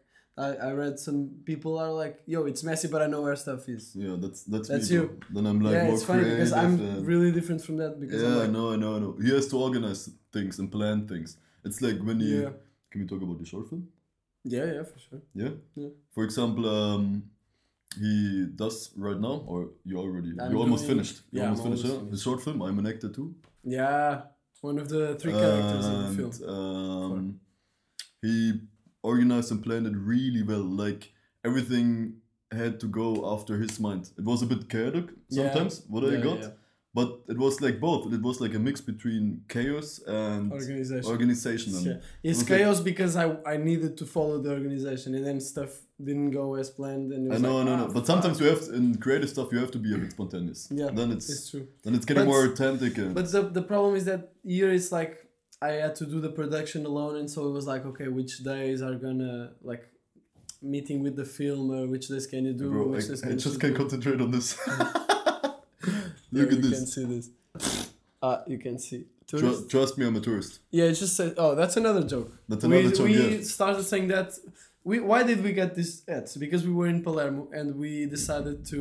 Speaker 3: I, I read some people are like, yo, it's messy, but I know where stuff is.
Speaker 2: yeah that's that's,
Speaker 3: That's
Speaker 2: me,
Speaker 3: you.
Speaker 2: bro. then i'm like
Speaker 3: yeah,
Speaker 2: more
Speaker 3: it's funny because I'm
Speaker 2: creative and-
Speaker 3: really different from that because
Speaker 2: Yeah,
Speaker 3: I'm
Speaker 2: I
Speaker 3: like,
Speaker 2: know, I know, I know. He has to organize things and plan things. It's like when you
Speaker 3: Yeah.
Speaker 2: can we talk about the short film?
Speaker 3: yeah, yeah, for sure.
Speaker 2: Yeah.
Speaker 3: Yeah.
Speaker 2: For example, um, he does right now, or you already,
Speaker 3: I'm
Speaker 2: you almost
Speaker 3: doing-
Speaker 2: finished. You
Speaker 3: yeah, I'm
Speaker 2: almost finished.
Speaker 3: almost
Speaker 2: yeah? The
Speaker 3: finished.
Speaker 2: short film. I'm an actor too.
Speaker 3: Yeah, one of the three characters in the film.
Speaker 2: And, Um, he organized and planned it really well. Like everything had to go after his mind. It was a bit chaotic
Speaker 3: Yeah.
Speaker 2: sometimes. What I
Speaker 3: Yeah,
Speaker 2: got.
Speaker 3: yeah.
Speaker 2: But it was like both. It was like a mix between chaos and
Speaker 3: Organization.
Speaker 2: organization. and-
Speaker 3: Yeah. It's
Speaker 2: Okay.
Speaker 3: chaos because I, I needed to follow the organization and then stuff didn't go as planned and it
Speaker 2: I
Speaker 3: was
Speaker 2: know,
Speaker 3: like,
Speaker 2: I know, I
Speaker 3: ah,
Speaker 2: know. But sometimes you have to, in creative stuff you have to be a bit spontaneous.
Speaker 3: Yeah,
Speaker 2: Then it's,
Speaker 3: it's true.
Speaker 2: then it's getting
Speaker 3: But-
Speaker 2: more authentic and
Speaker 3: But the, the problem is that here it's like I had to do the production alone and so it was like okay which days are gonna like meeting with the filmer which days can you do
Speaker 2: bro, I,
Speaker 3: which days
Speaker 2: I just
Speaker 3: you
Speaker 2: can't
Speaker 3: do?
Speaker 2: concentrate on this.
Speaker 3: Yeah,
Speaker 2: Look at
Speaker 3: you can
Speaker 2: this.
Speaker 3: see this ah you can see Tourist-
Speaker 2: Trust, trust me, I'm a tourist.
Speaker 3: yeah it's just said oh that's another joke
Speaker 2: That's
Speaker 3: we,
Speaker 2: another joke.
Speaker 3: we
Speaker 2: Yeah.
Speaker 3: started saying that we why did we get these ads because we were in palermo and we decided to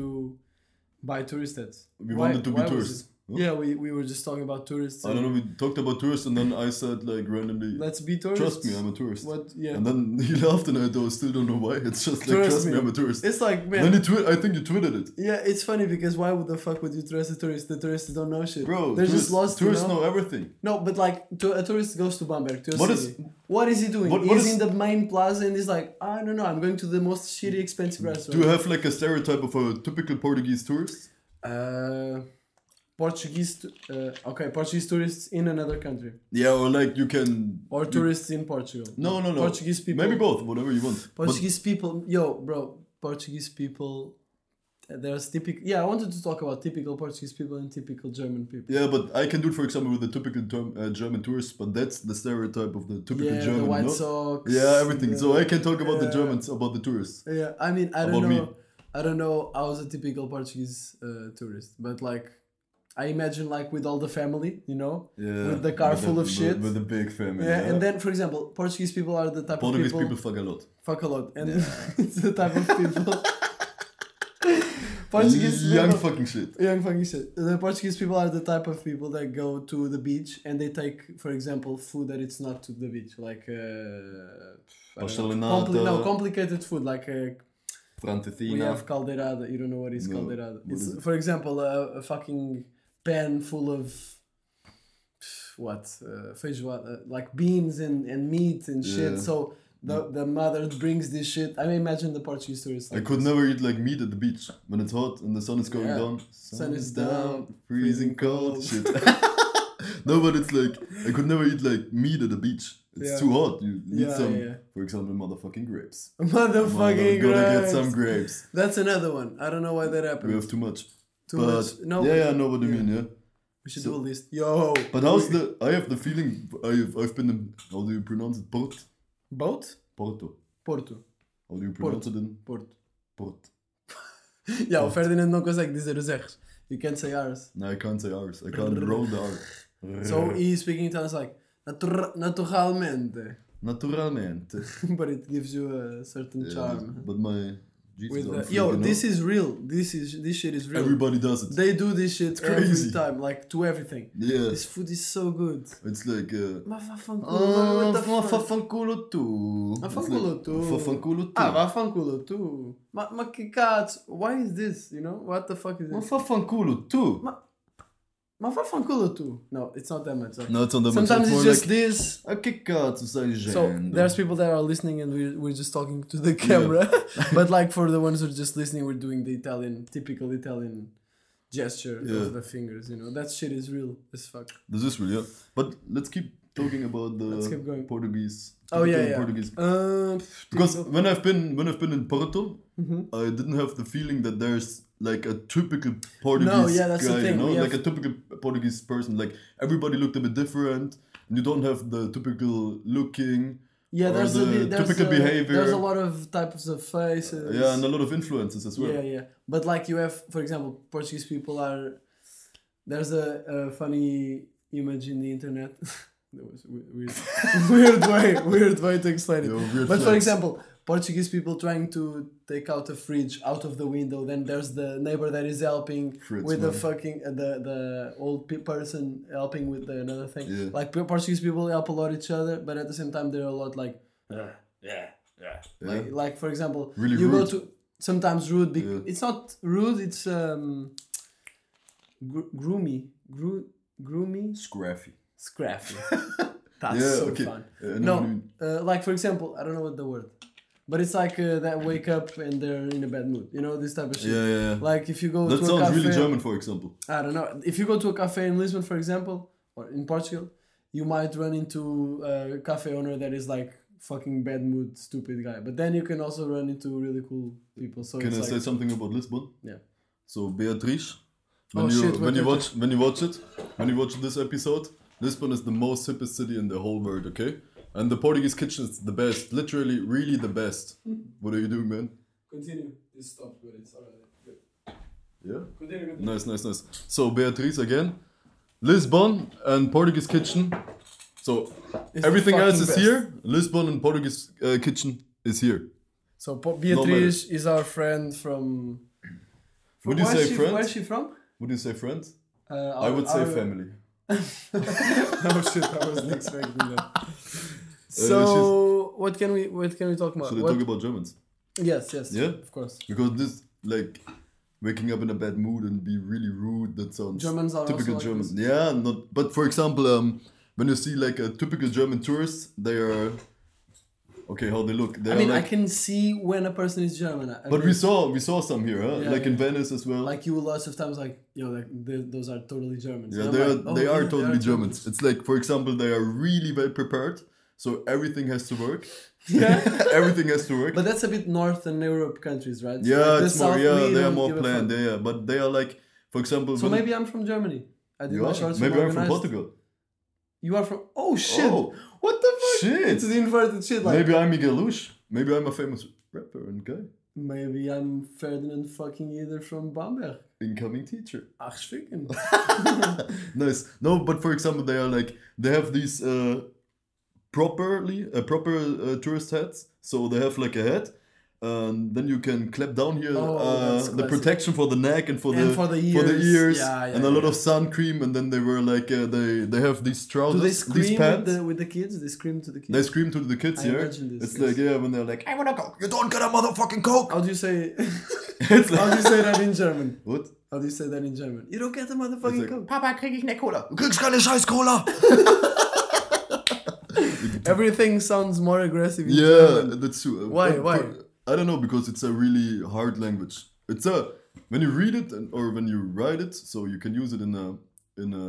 Speaker 3: buy tourist ads
Speaker 2: We
Speaker 3: Why-
Speaker 2: wanted to be
Speaker 3: why was
Speaker 2: tourists.
Speaker 3: it?
Speaker 2: Huh?
Speaker 3: Yeah, we, we were just talking about tourists.
Speaker 2: I don't know,
Speaker 3: and
Speaker 2: we talked about tourists and then I said like randomly,
Speaker 3: Let's be tourists.
Speaker 2: trust me, I'm a tourist.
Speaker 3: What? Yeah.
Speaker 2: And then he laughed and I don't, still don't know why. It's just like,
Speaker 3: Trust
Speaker 2: trust me,
Speaker 3: me.
Speaker 2: I'm a tourist.
Speaker 3: It's like,
Speaker 2: And then
Speaker 3: man.
Speaker 2: you tweet, I think you tweeted it.
Speaker 3: Yeah, it's funny because why would the fuck would you trust a tourist? The tourists don't know shit. they're
Speaker 2: Bro, tourists,
Speaker 3: just lost. you
Speaker 2: tourists
Speaker 3: know?
Speaker 2: know everything.
Speaker 3: No, but like to, a tourist goes to Bamberg. To a
Speaker 2: What
Speaker 3: city. what is he doing?
Speaker 2: what-
Speaker 3: he's
Speaker 2: what is-
Speaker 3: in the main plaza and he's like, I don't know, I'm going to the most shitty expensive
Speaker 2: Do you
Speaker 3: restaurant.
Speaker 2: have like a stereotype of a typical Portuguese tourist?
Speaker 3: Uh, Portuguese, t- uh, okay, Portuguese tourists in another country
Speaker 2: Yeah, or like you can.
Speaker 3: or tourists in Portugal.
Speaker 2: Mm. No, no, no.
Speaker 3: Portuguese people.
Speaker 2: Maybe both, whatever you want. But
Speaker 3: Portuguese people, yo, bro, Portuguese people. There's typical. Yeah, I wanted to talk about typical Portuguese people and typical German people.
Speaker 2: yeah, but I can do it, for example, with the typical term, uh, German tourist, but that's the stereotype of the typical
Speaker 3: Yeah,
Speaker 2: German.
Speaker 3: the White
Speaker 2: no?
Speaker 3: socks.
Speaker 2: Yeah, everything.
Speaker 3: the-
Speaker 2: So I can talk about the
Speaker 3: Yeah.
Speaker 2: Germans, about the tourists.
Speaker 3: Yeah, I mean, I don't
Speaker 2: About
Speaker 3: know.
Speaker 2: me.
Speaker 3: I don't know. I was a typical Portuguese uh, tourist, but like, I imagine like with all the family, you know,
Speaker 2: Yeah.
Speaker 3: with the car full of
Speaker 2: with,
Speaker 3: shit.
Speaker 2: With a big family.
Speaker 3: yeah, and then for example, Portuguese people are the type
Speaker 2: Portuguese
Speaker 3: of people,
Speaker 2: people fuck a lot.
Speaker 3: fuck a lot, and it's the type of people. Portuguese
Speaker 2: Young
Speaker 3: people,
Speaker 2: fucking shit.
Speaker 3: young fucking shit. The Portuguese people are the type of people that go to the beach and they take, for example, food that it's not to the beach, like uh, I don't know,
Speaker 2: Pastelinata.
Speaker 3: compli- no complicated food, like uh, we
Speaker 2: Frantetina.
Speaker 3: have caldeirada. You don't know what is
Speaker 2: No.
Speaker 3: caldeirada.
Speaker 2: What
Speaker 3: It's,
Speaker 2: is it?
Speaker 3: for example, a, a fucking pan full of what uh, feijoada, like beans and, and meat and shit.
Speaker 2: Yeah. Mm.
Speaker 3: So the the mother brings this shit. I mean, imagine the Portuguese tourists.
Speaker 2: I
Speaker 3: like
Speaker 2: could
Speaker 3: this.
Speaker 2: never eat like meat at the beach when it's hot and the sun is going
Speaker 3: Yeah.
Speaker 2: down.
Speaker 3: Sun is down, freezing
Speaker 2: freezing cold.
Speaker 3: cold.
Speaker 2: Shit. no, but it's like I could never eat like meat at the beach. It's
Speaker 3: Yeah.
Speaker 2: too hot. You need
Speaker 3: Yeah,
Speaker 2: some,
Speaker 3: yeah.
Speaker 2: for example, motherfucking grapes.
Speaker 3: Motherfucking
Speaker 2: Mother- Gotta get
Speaker 3: grapes.
Speaker 2: some grapes.
Speaker 3: That's another one. I don't know why that
Speaker 2: We
Speaker 3: happened.
Speaker 2: have too much.
Speaker 3: Too
Speaker 2: but
Speaker 3: much. No.
Speaker 2: yeah,
Speaker 3: we-
Speaker 2: yeah, I know what you
Speaker 3: yeah.
Speaker 2: mean. Yeah.
Speaker 3: We should
Speaker 2: So-
Speaker 3: do a list. Yo.
Speaker 2: But how's the? I have the feeling. I've I've been in. How do you pronounce it? Port.
Speaker 3: boat?
Speaker 2: Porto.
Speaker 3: Porto.
Speaker 2: How do you pronounce it in
Speaker 3: Porto.
Speaker 2: Port?
Speaker 3: Yeah, o Ferdinand não consegue dizer os R's. You can't say R's.
Speaker 2: No, I can't say ours. I can't roll the R.
Speaker 3: So he's speaking Italian, it's like natura- naturalmente,
Speaker 2: naturalmente.
Speaker 3: but it gives you a certain
Speaker 2: Yeah,
Speaker 3: charm.
Speaker 2: But my Jesus,
Speaker 3: With
Speaker 2: I'm
Speaker 3: the, yo,
Speaker 2: freaking
Speaker 3: this
Speaker 2: out.
Speaker 3: is real. This is this shit is real.
Speaker 2: everybody does it.
Speaker 3: They do this shit every
Speaker 2: crazy.
Speaker 3: time, like to everything.
Speaker 2: yeah,
Speaker 3: This food is so good.
Speaker 2: it's like. Uh,
Speaker 3: Ma vaffanculo,
Speaker 2: Ah,
Speaker 3: what the
Speaker 2: ma
Speaker 3: fuck?
Speaker 2: vaffanculo tu.
Speaker 3: Ma
Speaker 2: It's
Speaker 3: vaffanculo
Speaker 2: like,
Speaker 3: tu.
Speaker 2: Vaffanculo tu.
Speaker 3: Ah, vaffanculo too. Ma, ma che cazzo? Why is this? You know what the fuck is
Speaker 2: Ma
Speaker 3: this?
Speaker 2: vaffanculo tu.
Speaker 3: Ma- Ma vaffanculo too. No, it's not that much.
Speaker 2: No, it's on the
Speaker 3: Sometimes it's just
Speaker 2: like,
Speaker 3: this.
Speaker 2: Ah, que cazzo stai
Speaker 3: So
Speaker 2: dicendo?
Speaker 3: there's people that are listening, and we're, we're just talking to the camera. but like for the ones who are just listening, we're doing the Italian, typical Italian gesture
Speaker 2: Yeah.
Speaker 3: of the fingers. You know that shit is real as fuck.
Speaker 2: This is real, yeah. But let's keep talking about the
Speaker 3: Let's keep going.
Speaker 2: Portuguese.
Speaker 3: Oh, yeah,
Speaker 2: typical
Speaker 3: yeah.
Speaker 2: Portuguese.
Speaker 3: Uh,
Speaker 2: Because when I've been when I've been in Porto,
Speaker 3: Mm-hmm.
Speaker 2: I didn't have the feeling that there's like a typical Portuguese
Speaker 3: yeah, that's the
Speaker 2: guy,
Speaker 3: thing,
Speaker 2: you know,
Speaker 3: we
Speaker 2: like
Speaker 3: have-
Speaker 2: a typical Portuguese person. Like everybody looked a bit different, and you don't have the typical looking.
Speaker 3: yeah,
Speaker 2: or
Speaker 3: there's
Speaker 2: the
Speaker 3: a, bit- there's
Speaker 2: typical
Speaker 3: a,
Speaker 2: behavior.
Speaker 3: There's a lot of types of faces.
Speaker 2: Yeah, and a lot of influences as well.
Speaker 3: yeah, yeah. But like you have, for example, Portuguese people are. There's a, a funny image in the internet. that was a weird, weird way, weird way to explain it.
Speaker 2: Yeah, weird
Speaker 3: But for
Speaker 2: flex.
Speaker 3: example, Portuguese people trying to take out a fridge out of the window. Then there's the neighbor that is helping
Speaker 2: Fridge
Speaker 3: with the
Speaker 2: man.
Speaker 3: fucking uh, the the old pe- person helping with the, another thing.
Speaker 2: Yeah.
Speaker 3: Like P- Portuguese people help a lot each other, but at the same time they're a lot like
Speaker 2: Yeah.
Speaker 3: like, like for example,
Speaker 2: Really
Speaker 3: you go
Speaker 2: rude.
Speaker 3: to sometimes rude. Bec-
Speaker 2: Yeah.
Speaker 3: It's not rude. It's um, gr- groomy, gru- groomy,
Speaker 2: Scruffy.
Speaker 3: scruffy. That's
Speaker 2: Yeah,
Speaker 3: so
Speaker 2: okay.
Speaker 3: fun.
Speaker 2: Yeah, I know
Speaker 3: No,
Speaker 2: what you mean.
Speaker 3: uh, like for example, I don't know what the word, but it's like uh, that wake up and they're in a bad mood. You know this type of shit.
Speaker 2: Yeah, yeah, yeah.
Speaker 3: Like if you go
Speaker 2: that
Speaker 3: to a
Speaker 2: sounds
Speaker 3: cafe,
Speaker 2: really German, for example.
Speaker 3: I don't know. If you go to a cafe in Lisbon, for example, or in Portugal, you might run into a cafe owner that is like fucking bad mood, stupid guy. But then you can also run into really cool people. So
Speaker 2: Can
Speaker 3: it's
Speaker 2: I
Speaker 3: like,
Speaker 2: say something about Lisbon?
Speaker 3: Yeah.
Speaker 2: So Beatrice,
Speaker 3: Oh,
Speaker 2: when you
Speaker 3: shit,
Speaker 2: when you
Speaker 3: Beatrice.
Speaker 2: watch when you watch it, when you watch this episode, Lisbon is the most hippest city in the whole world. Okay, and the Portuguese kitchen is the best, literally, really the best. What are you doing, man?
Speaker 3: Continue. This stopped, but it's already good.
Speaker 2: Yeah.
Speaker 3: Continue. continue.
Speaker 2: Nice, nice, nice. So Beatrice again, Lisbon and Portuguese kitchen. So
Speaker 3: It's the
Speaker 2: everything else
Speaker 3: fucking
Speaker 2: is
Speaker 3: best.
Speaker 2: here. Lisbon and Portuguese uh, kitchen is here.
Speaker 3: So po- Beatrice is our friend from.
Speaker 2: Would you
Speaker 3: Where's
Speaker 2: say
Speaker 3: she-
Speaker 2: friend?
Speaker 3: Where's she from?
Speaker 2: Would you say friend?
Speaker 3: Uh,
Speaker 2: I would say
Speaker 3: our-
Speaker 2: family.
Speaker 3: no shit, I wasn't expecting
Speaker 2: Uh,
Speaker 3: that.
Speaker 2: it's
Speaker 3: So what can we what can we talk about?
Speaker 2: Should I
Speaker 3: What-
Speaker 2: talk about Germans?
Speaker 3: yes, yes,
Speaker 2: Yeah?
Speaker 3: of course.
Speaker 2: Because this, like, waking up in a bad mood and be really rude, that sounds
Speaker 3: Germans are also
Speaker 2: typical
Speaker 3: like
Speaker 2: German. yeah, not. But for example, um, when you see like a typical German tourist, they are. Okay, how they look? They
Speaker 3: I
Speaker 2: are
Speaker 3: mean,
Speaker 2: like,
Speaker 3: I can see when a person is German. I
Speaker 2: But
Speaker 3: mean,
Speaker 2: we saw we saw some here, huh?
Speaker 3: Yeah,
Speaker 2: like in
Speaker 3: yeah.
Speaker 2: Venice as well.
Speaker 3: like you will lots of times like yo, like th those are totally Germans.
Speaker 2: yeah,
Speaker 3: And
Speaker 2: they
Speaker 3: I'm
Speaker 2: are
Speaker 3: like, oh,
Speaker 2: they
Speaker 3: yeah,
Speaker 2: are totally Germans.
Speaker 3: Germans.
Speaker 2: It's like for example, they are really well prepared, so everything has to work.
Speaker 3: yeah,
Speaker 2: everything has to work.
Speaker 3: but that's a bit Northern Europe countries, right? So,
Speaker 2: yeah,
Speaker 3: like, the
Speaker 2: it's more
Speaker 3: South,
Speaker 2: yeah,
Speaker 3: we
Speaker 2: they are
Speaker 3: don't
Speaker 2: more
Speaker 3: give a
Speaker 2: planned.
Speaker 3: fuck.
Speaker 2: Yeah, yeah, but they are like, for example,
Speaker 3: So
Speaker 2: when-
Speaker 3: maybe I'm from Germany. I did
Speaker 2: you
Speaker 3: my
Speaker 2: are,
Speaker 3: shorts.
Speaker 2: maybe
Speaker 3: were
Speaker 2: I'm from
Speaker 3: organized.
Speaker 2: Portugal.
Speaker 3: You are from oh shit.
Speaker 2: Oh,
Speaker 3: What the fuck?
Speaker 2: Shit.
Speaker 3: It's the inverted shit. Like
Speaker 2: maybe I'm Miguelush. Maybe I'm a famous rapper and guy.
Speaker 3: Maybe I'm Ferdinand fucking either from Bamberg.
Speaker 2: Incoming teacher.
Speaker 3: Ach, ficken.
Speaker 2: Nice. No, but for example, they are like they have these uh, properly uh, proper uh, tourist hats. So they have like a hat, and then you can clap down here
Speaker 3: Oh,
Speaker 2: uh,
Speaker 3: that's
Speaker 2: the
Speaker 3: classic.
Speaker 2: protection for the neck and for
Speaker 3: And
Speaker 2: the
Speaker 3: for the
Speaker 2: for the
Speaker 3: ears.
Speaker 2: ears
Speaker 3: Yeah, yeah,
Speaker 2: and a lot
Speaker 3: yeah.
Speaker 2: of sun cream. And then they were like uh, they they have these
Speaker 3: Do
Speaker 2: trousers,
Speaker 3: they
Speaker 2: these
Speaker 3: scream with
Speaker 2: pants.
Speaker 3: the, with the kids? They scream to the kids.
Speaker 2: They scream to the kids
Speaker 3: I
Speaker 2: here.
Speaker 3: imagine this,
Speaker 2: it's
Speaker 3: yes.
Speaker 2: like yeah, when they're like, "I want a coke." You don't get a motherfucking coke.
Speaker 3: How do you say?
Speaker 2: it's
Speaker 3: How do you
Speaker 2: like,
Speaker 3: say that in German?
Speaker 2: what?
Speaker 3: How do you say that in German? You don't get the
Speaker 2: It's
Speaker 3: motherfucking
Speaker 2: like,
Speaker 3: coke.
Speaker 2: Papa, krieg ich ne Cola. Du kriegst keine scheiß Cola.
Speaker 3: Everything sounds more aggressive. In
Speaker 2: Yeah,
Speaker 3: German.
Speaker 2: that's true. Uh,
Speaker 3: Why-
Speaker 2: but-
Speaker 3: why?
Speaker 2: but I don't know because it's a really hard language. It's a when you read it and, or when you write it, so you can use it in a in a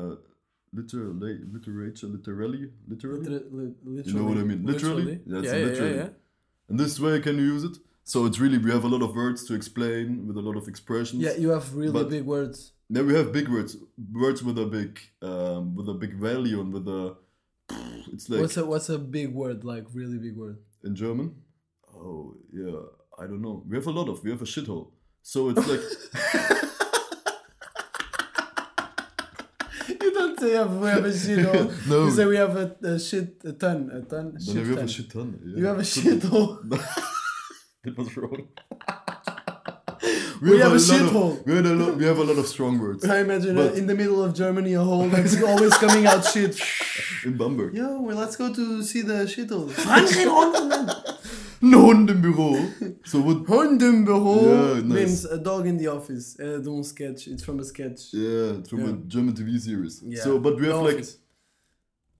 Speaker 2: liter la- literature literally literally.
Speaker 3: Liter- li- literally.
Speaker 2: You know what I mean? Literally? Yeah,
Speaker 3: Yeah,
Speaker 2: it's
Speaker 3: yeah,
Speaker 2: literally.
Speaker 3: yeah, yeah.
Speaker 2: and this way can you use it. So it's really we have a lot of words to explain with a lot of expressions.
Speaker 3: Yeah, you have really
Speaker 2: But-
Speaker 3: big words.
Speaker 2: Then we have big words, words with a big um, with a big value and with a. It's like
Speaker 3: what's a what's a big word like? Really big word.
Speaker 2: in German. Oh yeah, I don't know. We have a lot of. We have a shithole. So it's like.
Speaker 3: You don't say have, we have a shit hole.
Speaker 2: No.
Speaker 3: You say we have a, a shit a ton a ton. a
Speaker 2: Then
Speaker 3: shit
Speaker 2: we have
Speaker 3: ton.
Speaker 2: a shit ton. Yeah.
Speaker 3: You have a shit hole.
Speaker 2: That was wrong.
Speaker 3: We have a
Speaker 2: lot of-
Speaker 3: shithole.
Speaker 2: We, had a lo- we have a lot of strong words.
Speaker 3: I imagine
Speaker 2: But-
Speaker 3: uh, in the middle of Germany a hole that's always coming out shit.
Speaker 2: In Bamberg.
Speaker 3: Yo, well, let's go to see the shithole.
Speaker 2: Ein Hund im Büro. So what?
Speaker 3: Hundenbüro
Speaker 2: Yeah, nice.
Speaker 3: means a dog in the office. Uh, don't sketch. It's from a sketch.
Speaker 2: Yeah, it's from a
Speaker 3: Yeah.
Speaker 2: German TV series.
Speaker 3: Yeah.
Speaker 2: So, but we have
Speaker 3: The
Speaker 2: like
Speaker 3: office.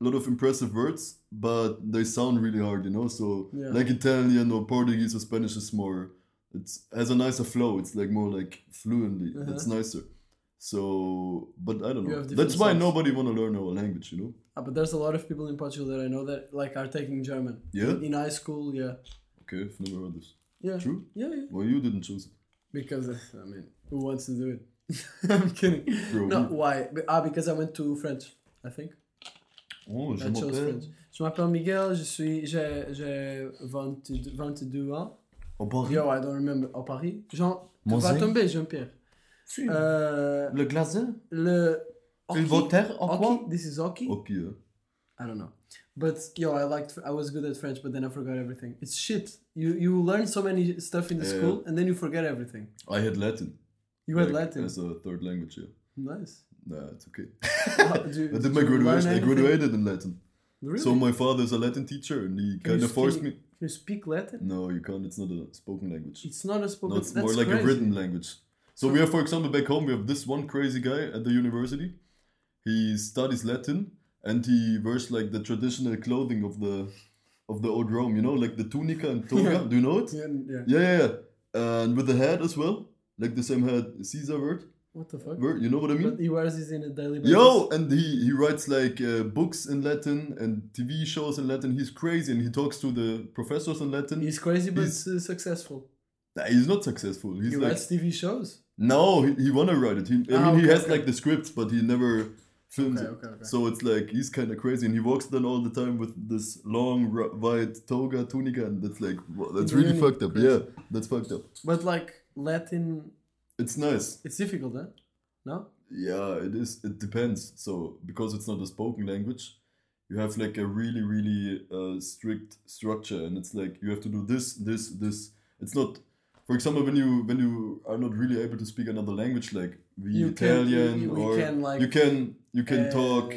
Speaker 2: a lot of impressive words, but they sound really hard, you know. So,
Speaker 3: Yeah.
Speaker 2: like Italian or Portuguese or Spanish is more. It has a nicer flow. It's like more like fluently.
Speaker 3: Uh-huh.
Speaker 2: That's nicer. So, but I don't
Speaker 3: You
Speaker 2: know.
Speaker 3: have different
Speaker 2: That's why
Speaker 3: sounds.
Speaker 2: nobody want to learn our language, you know.
Speaker 3: Ah, but there's a lot of people in Portugal that I know that like are taking German.
Speaker 2: Yeah?
Speaker 3: In high school, yeah.
Speaker 2: Okay, I've never heard this.
Speaker 3: Yeah.
Speaker 2: True.
Speaker 3: Yeah, yeah.
Speaker 2: Well, you didn't choose it.
Speaker 3: Because uh, I mean, who wants to do it? I'm kidding.
Speaker 2: Bro,
Speaker 3: no,
Speaker 2: you-
Speaker 3: why? Be- Ah, because I went to French. I think.
Speaker 2: Oh, je
Speaker 3: I chose
Speaker 2: m'appelle.
Speaker 3: French. Je m'appelle Miguel. Je suis. J'ai j'ai 22 22 ans.
Speaker 2: Au Paris.
Speaker 3: Yo, I don't remember. Au Paris. Jean. Tu
Speaker 2: Mon
Speaker 3: vas
Speaker 2: Zé.
Speaker 3: tomber, Jean-Pierre.
Speaker 2: Si.
Speaker 3: Euh,
Speaker 2: Le glaçon.
Speaker 3: le.
Speaker 2: Il
Speaker 3: hockey-
Speaker 2: voter en
Speaker 3: Hockey?
Speaker 2: quoi?
Speaker 3: This is hockey.
Speaker 2: Ok, yeah.
Speaker 3: I don't know. But yo, I liked. I was good at French, but then I forgot everything. It's shit. You you learn so many stuff in the
Speaker 2: Yeah.
Speaker 3: school, and then you forget everything.
Speaker 2: I had Latin.
Speaker 3: You had
Speaker 2: like,
Speaker 3: Latin.
Speaker 2: As a third language, yeah.
Speaker 3: Nice.
Speaker 2: Nah, it's okay.
Speaker 3: Wow, do you-
Speaker 2: I
Speaker 3: did
Speaker 2: did my
Speaker 3: you learn
Speaker 2: graduation. I
Speaker 3: anything?
Speaker 2: graduated in Latin.
Speaker 3: Really?
Speaker 2: So my father is a Latin teacher and he
Speaker 3: Can
Speaker 2: kind
Speaker 3: you
Speaker 2: of forced
Speaker 3: speak-
Speaker 2: me.
Speaker 3: Can you speak Latin?
Speaker 2: No, you can't. It's not a spoken language.
Speaker 3: It's not a
Speaker 2: no,
Speaker 3: spoken.
Speaker 2: it's
Speaker 3: that's
Speaker 2: more like
Speaker 3: crazy.
Speaker 2: a written language. So we have, for example, back home, we have this one crazy guy at the university. He studies Latin and he wears like the traditional clothing of the of the old Rome. You know, like the tunica and toga.
Speaker 3: Yeah.
Speaker 2: Do you know it?
Speaker 3: Yeah, yeah.
Speaker 2: Yeah, yeah, yeah. And with the head as well, like the same head, Caesar word.
Speaker 3: What the fuck?
Speaker 2: word you know what I
Speaker 3: But
Speaker 2: mean?
Speaker 3: he wears this in a daily basis.
Speaker 2: Yo, and he he writes like uh, books in Latin and TV shows in Latin. He's crazy, and he talks to the professors in Latin. He's,
Speaker 3: He's crazy but
Speaker 2: He's-
Speaker 3: uh, successful.
Speaker 2: he's not successful. He's
Speaker 3: He
Speaker 2: like
Speaker 3: writes TV shows.
Speaker 2: no, he, he wanna write it. He, I
Speaker 3: Ah,
Speaker 2: mean, he
Speaker 3: okay,
Speaker 2: has
Speaker 3: okay.
Speaker 2: like the scripts, but he never films
Speaker 3: Okay,
Speaker 2: it.
Speaker 3: okay, okay.
Speaker 2: So it's like he's kind of crazy, and he walks then all the time with this long ri- white toga tunica, and that's like wha- that's really
Speaker 3: Really
Speaker 2: fucked up.
Speaker 3: crazy.
Speaker 2: Yeah, that's fucked up.
Speaker 3: But like Latin,
Speaker 2: It's nice.
Speaker 3: it's difficult, huh? No.
Speaker 2: Yeah, it is. It depends. So because it's not a spoken language, you have like a really, really uh, strict structure, and it's like you have to do this, this, this. It's not. For example, when you when you are not really able to speak another language like we
Speaker 3: You can-
Speaker 2: Italian
Speaker 3: you- we
Speaker 2: or
Speaker 3: can, like,
Speaker 2: you can you can
Speaker 3: Uh,
Speaker 2: talk.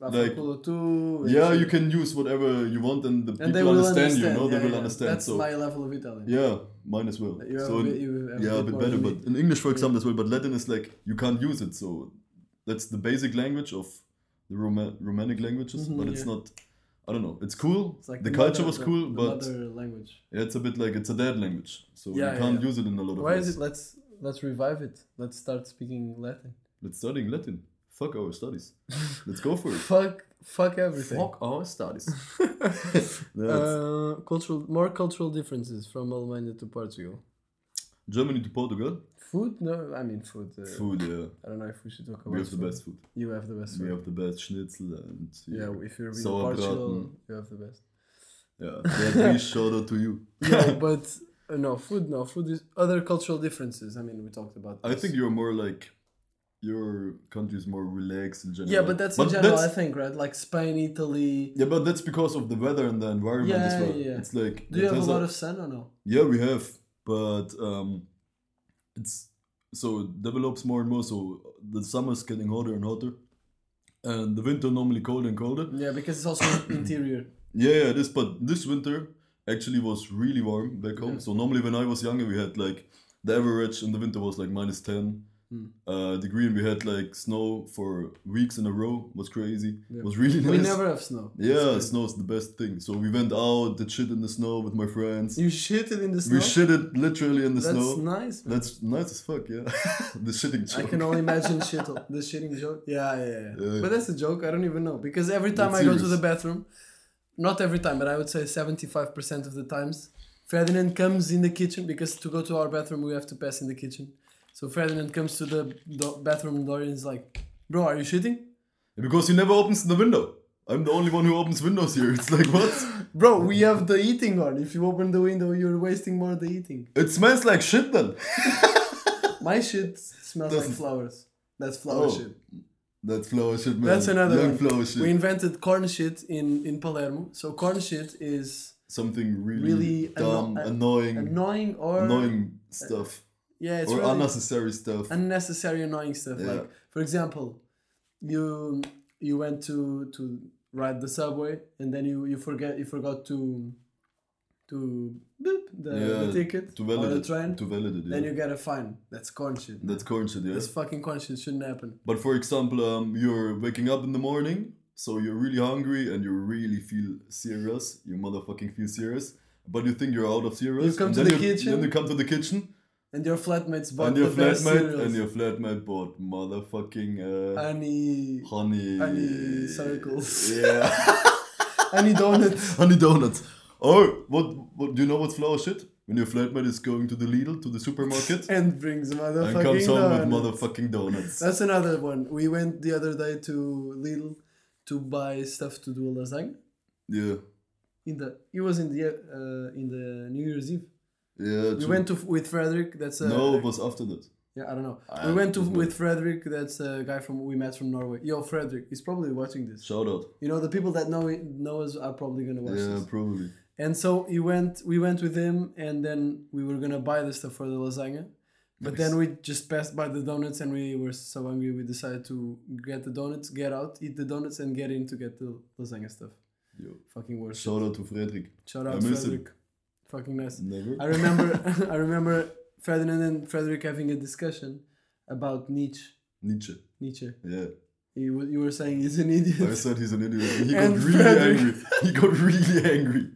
Speaker 3: Rafa
Speaker 2: like-
Speaker 3: Kulu too, and
Speaker 2: Yeah,
Speaker 3: shit.
Speaker 2: you can use whatever you want and the
Speaker 3: eh, And they
Speaker 2: people
Speaker 3: will
Speaker 2: understand,
Speaker 3: understand
Speaker 2: you. No,
Speaker 3: yeah,
Speaker 2: they will
Speaker 3: yeah.
Speaker 2: understand.
Speaker 3: That's
Speaker 2: so
Speaker 3: my level of Italian.
Speaker 2: yeah, mine as well.
Speaker 3: You have
Speaker 2: so
Speaker 3: a
Speaker 2: in-
Speaker 3: bit, you have
Speaker 2: yeah, a bit
Speaker 3: more
Speaker 2: better.
Speaker 3: than me.
Speaker 2: But in English, for example, as well. But Latin is like you can't use it. So that's the basic language of the Roma- Romanic languages.
Speaker 3: Mhm,
Speaker 2: but it's
Speaker 3: yeah.
Speaker 2: not. I don't know. It's cool.
Speaker 3: It's like
Speaker 2: the culture
Speaker 3: mother-
Speaker 2: was
Speaker 3: the-
Speaker 2: cool,
Speaker 3: the
Speaker 2: but
Speaker 3: mother language.
Speaker 2: yeah, it's a bit like it's a dead language. So
Speaker 3: Yeah,
Speaker 2: you
Speaker 3: yeah,
Speaker 2: can't
Speaker 3: yeah.
Speaker 2: use it in a lot of
Speaker 3: Why
Speaker 2: ways.
Speaker 3: is it? Let's let's revive it. Let's start speaking Latin.
Speaker 2: Let's study Latin. Fuck our studies. Let's go for it.
Speaker 3: Fuck, fuck everything.
Speaker 2: our studies. That's
Speaker 3: Uh, cultural, more cultural differences from Romania to Portugal.
Speaker 2: Germany to Portugal.
Speaker 3: Food? No, I mean food. Uh,
Speaker 2: Food, yeah.
Speaker 3: I don't know if we should talk about.
Speaker 2: We have the
Speaker 3: food.
Speaker 2: best food.
Speaker 3: You have the best
Speaker 2: We
Speaker 3: food.
Speaker 2: have the best schnitzel and
Speaker 3: Yeah, if you're in
Speaker 2: Sauerbraten.
Speaker 3: Portugal, you have the best.
Speaker 2: yeah. That we shout out to you.
Speaker 3: No, but uh, no food. No food is other cultural differences. I mean, we talked about.
Speaker 2: I
Speaker 3: this.
Speaker 2: think you're more like your country is more relaxed in general.
Speaker 3: Yeah, but that's in general. I
Speaker 2: that's-
Speaker 3: think right, like Spain, Italy.
Speaker 2: yeah, but that's because of the weather and the environment as
Speaker 3: Yeah,
Speaker 2: well.
Speaker 3: yeah.
Speaker 2: It's like
Speaker 3: Do you have a
Speaker 2: Bethesda-
Speaker 3: lot of sun or no?
Speaker 2: Yeah, we have, but um, it's so it develops more and more. So the summer's getting hotter and hotter, and the winter normally colder and colder.
Speaker 3: Yeah, because it's also interior.
Speaker 2: Yeah, yeah, this but this winter actually was really warm back home.
Speaker 3: Yeah.
Speaker 2: So normally when I was younger, we had like the average in the winter was like minus ten
Speaker 3: Hmm.
Speaker 2: uh, degree, and we had like snow for weeks in a row. Was crazy.
Speaker 3: Yeah.
Speaker 2: Was really nice.
Speaker 3: We never have snow.
Speaker 2: yeah,
Speaker 3: It's good.
Speaker 2: snow's the best thing. So we went out, did shit in the snow with my friends.
Speaker 3: You shitted in the snow.
Speaker 2: We shitted literally in the
Speaker 3: That's
Speaker 2: snow.
Speaker 3: nice. Man.
Speaker 2: That's nice as fuck, yeah. the shitting
Speaker 3: I
Speaker 2: joke.
Speaker 3: can only imagine shit. The shitting joke. Yeah, yeah, yeah.
Speaker 2: Yeah.
Speaker 3: But that's a joke. I don't even know because every time
Speaker 2: That's
Speaker 3: I go to
Speaker 2: serious.
Speaker 3: the bathroom, not every time, but I would say seventy-five percent of the times, Ferdinand comes in the kitchen because to go to our bathroom we have to pass in the kitchen. So Ferdinand comes to the do- bathroom door and is like, "Bro, are you shitting?"
Speaker 2: Because he never opens the window. I'm the only one who opens windows here. It's like, what?
Speaker 3: Bro, we have the eating on. If you open the window, you're wasting more of the eating.
Speaker 2: It smells like shit then.
Speaker 3: My shit smells like
Speaker 2: Doesn't-
Speaker 3: flowers. That's flower
Speaker 2: Oh,
Speaker 3: shit.
Speaker 2: That's flower shit, man.
Speaker 3: That's another
Speaker 2: Young
Speaker 3: one.
Speaker 2: flower shit.
Speaker 3: We invented corn shit in, in Palermo. So corn shit is
Speaker 2: Something really,
Speaker 3: Really
Speaker 2: dumb,
Speaker 3: anno-
Speaker 2: annoying,
Speaker 3: annoying or
Speaker 2: annoying stuff.
Speaker 3: yeah, it's
Speaker 2: or
Speaker 3: really
Speaker 2: unnecessary stuff.
Speaker 3: unnecessary annoying stuff.
Speaker 2: Yeah.
Speaker 3: Like for example, you you went to to ride the subway and then you you forget you forgot to to boop the,
Speaker 2: Yeah,
Speaker 3: the ticket
Speaker 2: to
Speaker 3: or the
Speaker 2: validate.
Speaker 3: train.
Speaker 2: to validate it.
Speaker 3: then
Speaker 2: yeah.
Speaker 3: you get a fine. That's corn shit.
Speaker 2: That's corn shit, yeah.
Speaker 3: That's fucking corn shit. Shouldn't happen.
Speaker 2: But for example, um, you're waking up in the morning, so you're really hungry and you really feel serious. You motherfucking feel serious, but you think you're out of serious.
Speaker 3: You come
Speaker 2: and
Speaker 3: to
Speaker 2: then
Speaker 3: the kitchen.
Speaker 2: Then you come to the kitchen,
Speaker 3: And your flatmates bought
Speaker 2: and your
Speaker 3: the best
Speaker 2: flatmate
Speaker 3: cereals.
Speaker 2: and your flatmate bought motherfucking uh,
Speaker 3: honey,
Speaker 2: honey.
Speaker 3: honey circles.
Speaker 2: Yeah,
Speaker 3: honey donuts.
Speaker 2: honey donuts. Or what? What do you know? What's flower shit? When your flatmate is going to the Lidl to the supermarket
Speaker 3: And brings motherfucking
Speaker 2: and comes home with
Speaker 3: donuts.
Speaker 2: motherfucking donuts.
Speaker 3: That's another one. We went the other day to Lidl to buy stuff to do a lasagna.
Speaker 2: yeah,
Speaker 3: In the it was in the uh, in the New Year's Eve.
Speaker 2: yeah.
Speaker 3: We
Speaker 2: true.
Speaker 3: went to with Frederick. That's a
Speaker 2: no, it was after that.
Speaker 3: yeah. I don't know.
Speaker 2: I
Speaker 3: we went to
Speaker 2: don't know.
Speaker 3: with Frederick. That's a guy from we met from Norway. Yo, Frederick. He's probably watching this.
Speaker 2: Shout out.
Speaker 3: You know the people that know it- know us are probably gonna watch
Speaker 2: Yeah,
Speaker 3: this.
Speaker 2: probably.
Speaker 3: And so he went. We went with him, and then we were gonna buy the stuff for the lasagna. But
Speaker 2: Nice.
Speaker 3: then we just passed by the donuts, and we were so hungry. We decided to get the donuts, get out, eat the donuts, and get in to get the lasagna stuff.
Speaker 2: Yo.
Speaker 3: Fucking worse.
Speaker 2: Shout out to Frederick.
Speaker 3: Shout out
Speaker 2: I miss him.
Speaker 3: Frederick. Fucking nice.
Speaker 2: Never.
Speaker 3: I remember. I remember Ferdinand and Frederick having a discussion about Nietzsche.
Speaker 2: Nietzsche.
Speaker 3: Nietzsche.
Speaker 2: Yeah.
Speaker 3: You, were- you were saying he's an idiot.
Speaker 2: I said he's an idiot. He got
Speaker 3: And
Speaker 2: really
Speaker 3: Frederick.
Speaker 2: angry. He got really angry.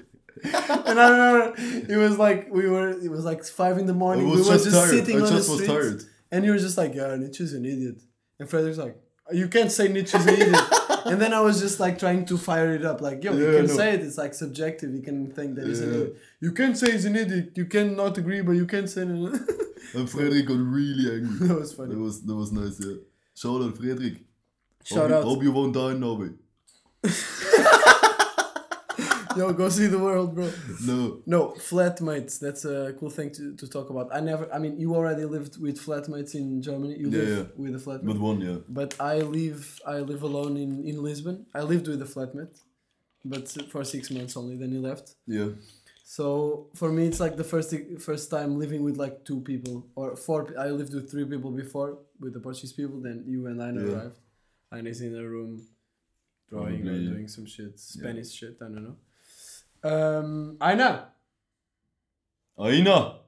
Speaker 3: and I remember it was like we were it was like five in the
Speaker 2: I
Speaker 3: morning.
Speaker 2: was
Speaker 3: we were
Speaker 2: just,
Speaker 3: just
Speaker 2: tired.
Speaker 3: sitting
Speaker 2: I
Speaker 3: on
Speaker 2: just
Speaker 3: the
Speaker 2: was
Speaker 3: street,
Speaker 2: tired.
Speaker 3: and you were just like, "Yeah, Nietzsche's an idiot." And Frederick's like, "You can't say Nietzsche's an idiot." and then I was just like trying to fire it up, like, "Yo, you
Speaker 2: Yeah,
Speaker 3: can
Speaker 2: no.
Speaker 3: say it. It's like subjective. You can think that he's an
Speaker 2: Yeah.
Speaker 3: idiot. You can say he's an idiot. You can not agree, but you can say." that
Speaker 2: And Frederick got really angry.
Speaker 3: was
Speaker 2: That
Speaker 3: funny.
Speaker 2: was that was nice, yeah. Shout out Frederick. hope
Speaker 3: Shout
Speaker 2: you,
Speaker 3: out,
Speaker 2: Hope you won't die in Norway.
Speaker 3: yo, go see the world, bro.
Speaker 2: No.
Speaker 3: No, flatmates. That's a cool thing to, to talk about. I never. I mean, you already lived with flatmates in Germany. You
Speaker 2: Yeah,
Speaker 3: live
Speaker 2: yeah.
Speaker 3: with a flatmate.
Speaker 2: But one, yeah.
Speaker 3: But I live I live alone in, in Lisbon. I lived with a flatmate, but for six months only. Then he left,
Speaker 2: Yeah.
Speaker 3: So for me, it's like the first first time living with like two people or four. pe- I lived with three people before with the Portuguese people. Then you and I
Speaker 2: Yeah.
Speaker 3: arrived. And is in a room drawing
Speaker 2: Probably.
Speaker 3: or doing some shit, Spanish shit. I don't know. Um, Aina.
Speaker 2: Aina!